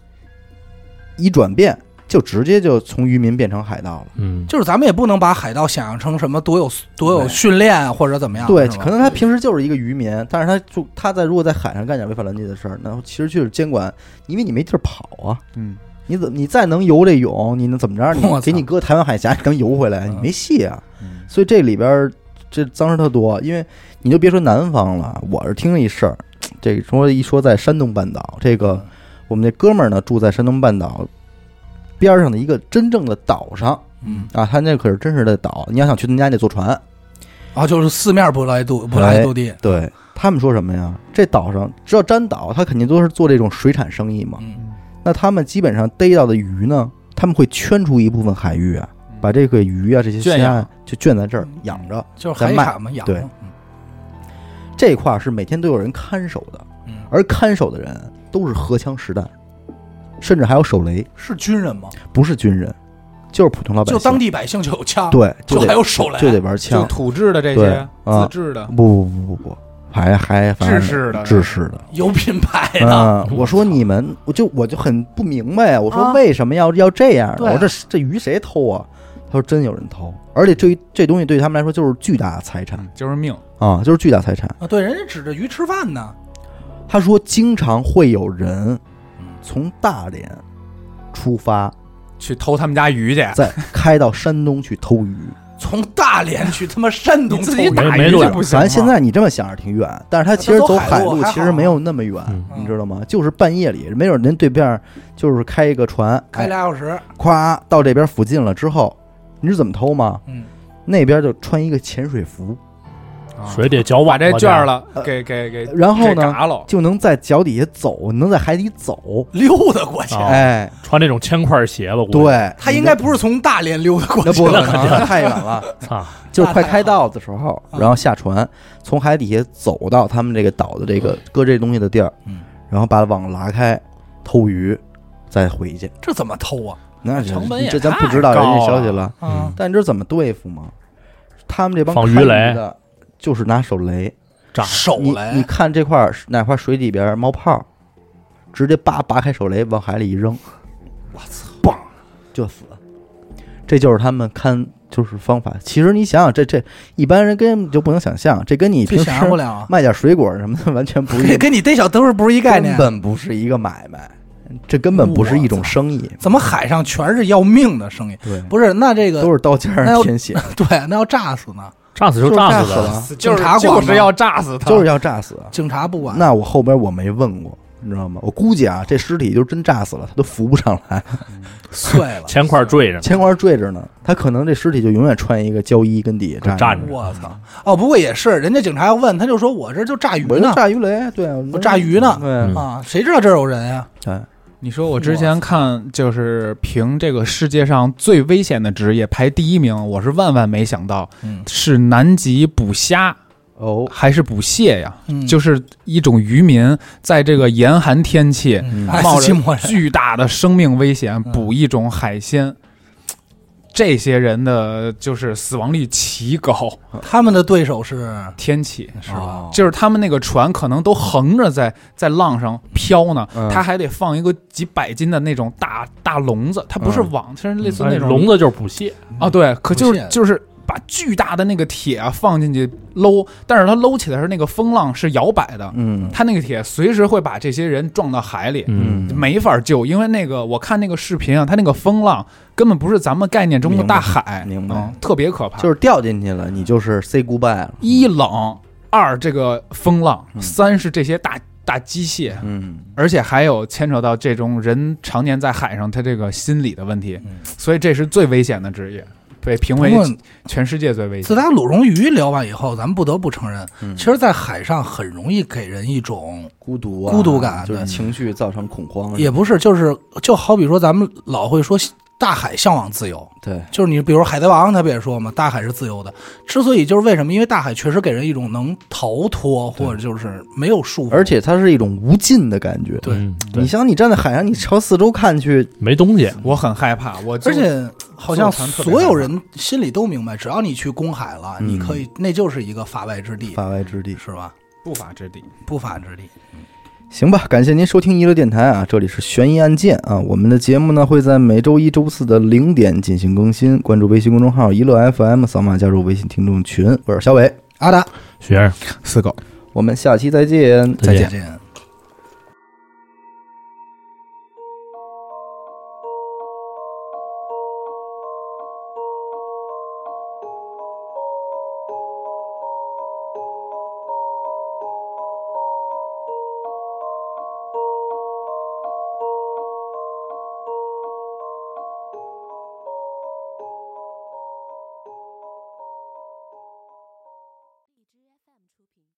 [SPEAKER 1] 一转变就直接就从渔民变成海盗了。
[SPEAKER 3] 嗯，
[SPEAKER 2] 就是咱们也不能把海盗想象成什么多有多有
[SPEAKER 1] 对
[SPEAKER 2] 训练啊或者怎么样，
[SPEAKER 1] 对，
[SPEAKER 2] 是吧
[SPEAKER 1] 可能他平时就是一个渔民，但是他就他在如果在海上干点违反伦理的事儿，那其实就是监管，因为你没地儿跑啊。
[SPEAKER 4] 嗯，
[SPEAKER 1] 你怎你再能游这泳，你能怎么着？
[SPEAKER 2] 我
[SPEAKER 1] 你
[SPEAKER 2] 操
[SPEAKER 1] 给你搁台湾海峡，你能游回来？
[SPEAKER 2] 嗯
[SPEAKER 1] 你没戏啊！
[SPEAKER 4] 嗯
[SPEAKER 1] 所以这里边儿这脏事儿特多，因为你就别说南方了，我是听一事儿，这个说一说在山东半岛，这个我们那哥们儿呢住在山东半岛边儿上的一个真正的岛上
[SPEAKER 2] 嗯
[SPEAKER 1] 啊，他那可是真实的岛，你要想去他家得坐船。
[SPEAKER 2] 啊，就是四面不来渡不
[SPEAKER 1] 哎
[SPEAKER 2] 来渡地，
[SPEAKER 1] 对他们说什么呀？这岛上只要沾岛，他肯定都是做这种水产生意嘛。
[SPEAKER 2] 嗯，
[SPEAKER 1] 那他们基本上逮到的鱼呢，他们会圈出一部分海域啊，把这个鱼啊这些
[SPEAKER 4] 嗯圈
[SPEAKER 1] 虾
[SPEAKER 4] 养
[SPEAKER 1] 啊就圈在这儿养着。
[SPEAKER 2] 就是海
[SPEAKER 1] 咱卖
[SPEAKER 2] 产嘛，养
[SPEAKER 1] 对
[SPEAKER 2] 嘛嗯
[SPEAKER 1] 这块儿是每天都有人看守的，
[SPEAKER 2] 嗯
[SPEAKER 1] 而看守的人都是荷枪实弹，甚至还有手雷，
[SPEAKER 2] 是军人吗？
[SPEAKER 1] 不是军人，就是普通老百姓。
[SPEAKER 2] 就当地百姓就有枪，，
[SPEAKER 1] 对，
[SPEAKER 2] 就
[SPEAKER 1] 得
[SPEAKER 2] 还有手雷，
[SPEAKER 1] 就得玩
[SPEAKER 4] 就
[SPEAKER 1] 枪。
[SPEAKER 4] 土制的这
[SPEAKER 1] 对
[SPEAKER 4] 些
[SPEAKER 1] 啊
[SPEAKER 4] 自制的
[SPEAKER 1] 不不不不不，还还反正
[SPEAKER 4] 制式的
[SPEAKER 1] 制式的。
[SPEAKER 2] 有品牌的。
[SPEAKER 1] 嗯，我说你们，我就我就很不明白啊！我说
[SPEAKER 2] 啊
[SPEAKER 1] 为什么要、要这样？
[SPEAKER 2] 对啊
[SPEAKER 1] 我这这鱼谁偷啊？他说真有人偷，而且这这东西对他们来说就是巨大的财产
[SPEAKER 4] 嗯就是命。
[SPEAKER 1] 啊、就是巨大财产。
[SPEAKER 2] 啊，对，人家指着鱼吃饭呢。
[SPEAKER 1] 他说经常会有人
[SPEAKER 2] 嗯
[SPEAKER 1] 从大连出发，
[SPEAKER 4] 去偷他们家鱼去，
[SPEAKER 1] 再开到山东去偷鱼。
[SPEAKER 2] 从大连去他妈山东
[SPEAKER 4] 你自己
[SPEAKER 2] 偷
[SPEAKER 3] 没
[SPEAKER 2] 鱼
[SPEAKER 4] 打
[SPEAKER 3] 没
[SPEAKER 4] 鱼
[SPEAKER 3] 多
[SPEAKER 4] 去
[SPEAKER 3] 远
[SPEAKER 4] 不行吗啊
[SPEAKER 1] 咱现在你这么想着挺远，但是他其实走海路其实没有那么远，
[SPEAKER 3] 嗯
[SPEAKER 1] 你知道吗？就是半夜里，没准人对面就是开一个船，
[SPEAKER 2] 开
[SPEAKER 1] 哎
[SPEAKER 2] 俩小时，
[SPEAKER 1] 夸到这边附近了之后，你是怎么偷吗？
[SPEAKER 2] 嗯，
[SPEAKER 1] 那边就穿一个潜水服，
[SPEAKER 4] 啊
[SPEAKER 3] 水得搅
[SPEAKER 4] 把
[SPEAKER 3] 往
[SPEAKER 4] 这
[SPEAKER 3] 了
[SPEAKER 4] 卷儿
[SPEAKER 3] 点儿，
[SPEAKER 4] 了
[SPEAKER 1] 呃，
[SPEAKER 4] 给给给，
[SPEAKER 1] 然后
[SPEAKER 4] 给
[SPEAKER 1] 呢
[SPEAKER 4] 嘎了，
[SPEAKER 1] 就能在脚底下走，能在海底走。
[SPEAKER 2] 溜达过去。
[SPEAKER 3] 啊
[SPEAKER 1] 哎，
[SPEAKER 3] 穿这种铅块鞋吧，我
[SPEAKER 1] 对，
[SPEAKER 2] 他
[SPEAKER 1] 你
[SPEAKER 2] 应
[SPEAKER 1] 这
[SPEAKER 2] 该不是从大连溜达过
[SPEAKER 1] 那
[SPEAKER 2] 去
[SPEAKER 1] 不可
[SPEAKER 2] 的，
[SPEAKER 1] 能，啊太远
[SPEAKER 3] [laughs]
[SPEAKER 1] 了。
[SPEAKER 3] 操，
[SPEAKER 1] 就是快开到的时候，
[SPEAKER 2] 啊
[SPEAKER 1] 然后下船，从海底下走到他们这个岛的这个搁这东西的地儿
[SPEAKER 2] 嗯，
[SPEAKER 1] 然后把网拉开，偷鱼，再回去。
[SPEAKER 2] 这怎么偷啊？
[SPEAKER 1] 那这
[SPEAKER 4] 成本也
[SPEAKER 1] 这咱不
[SPEAKER 4] 太
[SPEAKER 1] 知道人家
[SPEAKER 4] 高
[SPEAKER 1] 消息
[SPEAKER 4] 了
[SPEAKER 1] 了，
[SPEAKER 2] 啊
[SPEAKER 3] 嗯，
[SPEAKER 1] 但你知道怎么对付吗？他们这帮
[SPEAKER 3] 放鱼
[SPEAKER 1] 看
[SPEAKER 3] 雷
[SPEAKER 1] 的，就是拿手雷。
[SPEAKER 3] 炸
[SPEAKER 2] 手
[SPEAKER 1] 嗯你你
[SPEAKER 2] 雷，
[SPEAKER 1] 看这块儿哪块水里边冒泡，直接叭拔开手雷往海里一扔，我操，嘣就死。这就是他们看就是方法。其实你想想，这这一般人根本就不能想象，这跟你
[SPEAKER 2] 这
[SPEAKER 1] 平时
[SPEAKER 2] 想象不了啊。
[SPEAKER 1] 卖点水果什么的 [laughs] 完全不是一
[SPEAKER 2] 这 [laughs] 跟你逮小兜是不是一概
[SPEAKER 1] 根
[SPEAKER 2] 念？
[SPEAKER 1] 本不是一个买卖，这根本不是一种生意。
[SPEAKER 2] 怎么海上全是要命的声音？
[SPEAKER 1] 对，
[SPEAKER 2] 不是，那这个
[SPEAKER 1] 都是刀尖
[SPEAKER 2] 那
[SPEAKER 1] 上
[SPEAKER 2] 要
[SPEAKER 1] 舔
[SPEAKER 2] [laughs]
[SPEAKER 1] 血，
[SPEAKER 2] 对，那要炸死呢？
[SPEAKER 3] 炸死
[SPEAKER 1] 就
[SPEAKER 3] 就是炸
[SPEAKER 1] 炸死
[SPEAKER 3] 死的，
[SPEAKER 1] 了，
[SPEAKER 4] 就是
[SPEAKER 2] 警察管
[SPEAKER 4] 就
[SPEAKER 2] 吗
[SPEAKER 4] 是要炸死他，
[SPEAKER 1] 就是要炸死。
[SPEAKER 2] 警察不管。
[SPEAKER 1] 那我后边我没问过，你知道吗？我估计啊，这尸体就真炸死了，他都浮不上
[SPEAKER 2] [laughs]
[SPEAKER 1] 来，
[SPEAKER 2] 碎
[SPEAKER 1] [laughs]
[SPEAKER 2] 了，
[SPEAKER 3] 前块坠着呢，
[SPEAKER 1] 铅块坠着呢，他可能这尸体就永远穿一个胶衣跟底下
[SPEAKER 3] 站
[SPEAKER 1] 着
[SPEAKER 3] 着。
[SPEAKER 2] 我操！哦，不过也是，人家警察要问，他就说我这就炸鱼
[SPEAKER 1] 我
[SPEAKER 2] 呢
[SPEAKER 1] 就炸鱼雷，对啊，
[SPEAKER 2] 我炸鱼呢
[SPEAKER 1] 对
[SPEAKER 3] 嗯
[SPEAKER 1] 啊，
[SPEAKER 2] 啊，谁知道这儿有人啊呀？
[SPEAKER 1] 对，
[SPEAKER 4] 你说我之前看就是评这个世界上最危险的职业排第一名，我是万万没想到
[SPEAKER 2] 嗯
[SPEAKER 4] 是南极捕虾
[SPEAKER 1] 哦，
[SPEAKER 4] 还是捕蟹呀？
[SPEAKER 2] 嗯，
[SPEAKER 4] 就是一种渔民在这个严寒天气
[SPEAKER 2] 嗯
[SPEAKER 1] 冒
[SPEAKER 2] 爱
[SPEAKER 4] 冒
[SPEAKER 2] 斯基
[SPEAKER 4] 着
[SPEAKER 2] 摩人，
[SPEAKER 4] 巨大的生命危险
[SPEAKER 2] 嗯
[SPEAKER 4] 捕一种海鲜，这些人的就是死亡率奇高。
[SPEAKER 2] 他们的对手是
[SPEAKER 4] 天气
[SPEAKER 1] 哎
[SPEAKER 2] 是啊
[SPEAKER 1] 啊哦
[SPEAKER 2] 哦吧？
[SPEAKER 4] 就是他们那个船可能都横着在在浪上飘呢，
[SPEAKER 1] 嗯
[SPEAKER 4] 他还得放一个几百斤的那种大大笼子，它不是
[SPEAKER 1] 嗯
[SPEAKER 4] 网，它是类似
[SPEAKER 3] 哎
[SPEAKER 4] 那种
[SPEAKER 3] 笼子就是捕蟹，
[SPEAKER 4] 啊，对，可就
[SPEAKER 2] 不
[SPEAKER 4] 是
[SPEAKER 2] 限
[SPEAKER 4] 就是把巨大的那个铁啊放进去搂，但是它搂起来时那个风浪是摇摆的，
[SPEAKER 1] 嗯
[SPEAKER 4] 它那个铁随时会把这些人撞到海里，
[SPEAKER 3] 嗯，
[SPEAKER 4] 没法救，因为那个我看那个视频啊，它那个风浪根本不是咱们概念中的大海，
[SPEAKER 1] 明白明白
[SPEAKER 4] 嗯特别可怕，
[SPEAKER 1] 就是掉进去了，你就是 say goodbye 了，
[SPEAKER 4] 一冷，二这个风浪，
[SPEAKER 1] 嗯
[SPEAKER 4] 三是这些大大机械，
[SPEAKER 1] 嗯，
[SPEAKER 4] 而且还有牵扯到这种人常年在海上他这个心理的问题，
[SPEAKER 2] 嗯
[SPEAKER 4] 所以这是最危险的职业，被评为
[SPEAKER 2] 不过
[SPEAKER 4] 全世界最危
[SPEAKER 2] 自
[SPEAKER 4] 险。
[SPEAKER 2] 打鲁荣鱼聊完以后，咱们不得不承认，
[SPEAKER 1] 嗯
[SPEAKER 2] 其实，在海上很容易给人一种，
[SPEAKER 1] 孤独啊，
[SPEAKER 2] 孤独感
[SPEAKER 1] 就是
[SPEAKER 2] 对
[SPEAKER 1] 情绪造成恐慌，啊
[SPEAKER 2] 也不是，就是就好比说咱们老会说大海向往自由，
[SPEAKER 1] 对，
[SPEAKER 2] 就是你比如《海贼王》，他不也说嘛，大海是自由的。之所以就是为什么？因为大海确实给人一种能逃脱，或者就是没有束缚。
[SPEAKER 1] 而且它是一种无尽的感觉。
[SPEAKER 2] 对
[SPEAKER 3] 嗯
[SPEAKER 1] 你
[SPEAKER 3] 对，
[SPEAKER 1] 想，你站在海上，你朝四周看去，
[SPEAKER 3] 没东西，
[SPEAKER 4] 我很害怕，我就
[SPEAKER 2] 而且好像
[SPEAKER 4] 做得特别
[SPEAKER 2] 所有人心里都明白，只要你去公海了，
[SPEAKER 1] 嗯
[SPEAKER 2] 你可以，那就是一个法外之地，
[SPEAKER 1] 法外之地。
[SPEAKER 2] 是吧？
[SPEAKER 4] 不法之地。
[SPEAKER 2] 不法之地。
[SPEAKER 1] 行吧，感谢您收听娱乐电台啊，这里是悬疑案件啊，我们的节目呢会在每周一周四的零点进行更新，关注微信公众号“娱乐 FM”，扫码加入微信听众群。我是小伟，
[SPEAKER 2] 阿达，
[SPEAKER 3] 学生。
[SPEAKER 4] 四狗。
[SPEAKER 1] 我们下期再见，
[SPEAKER 3] 再见
[SPEAKER 2] 见。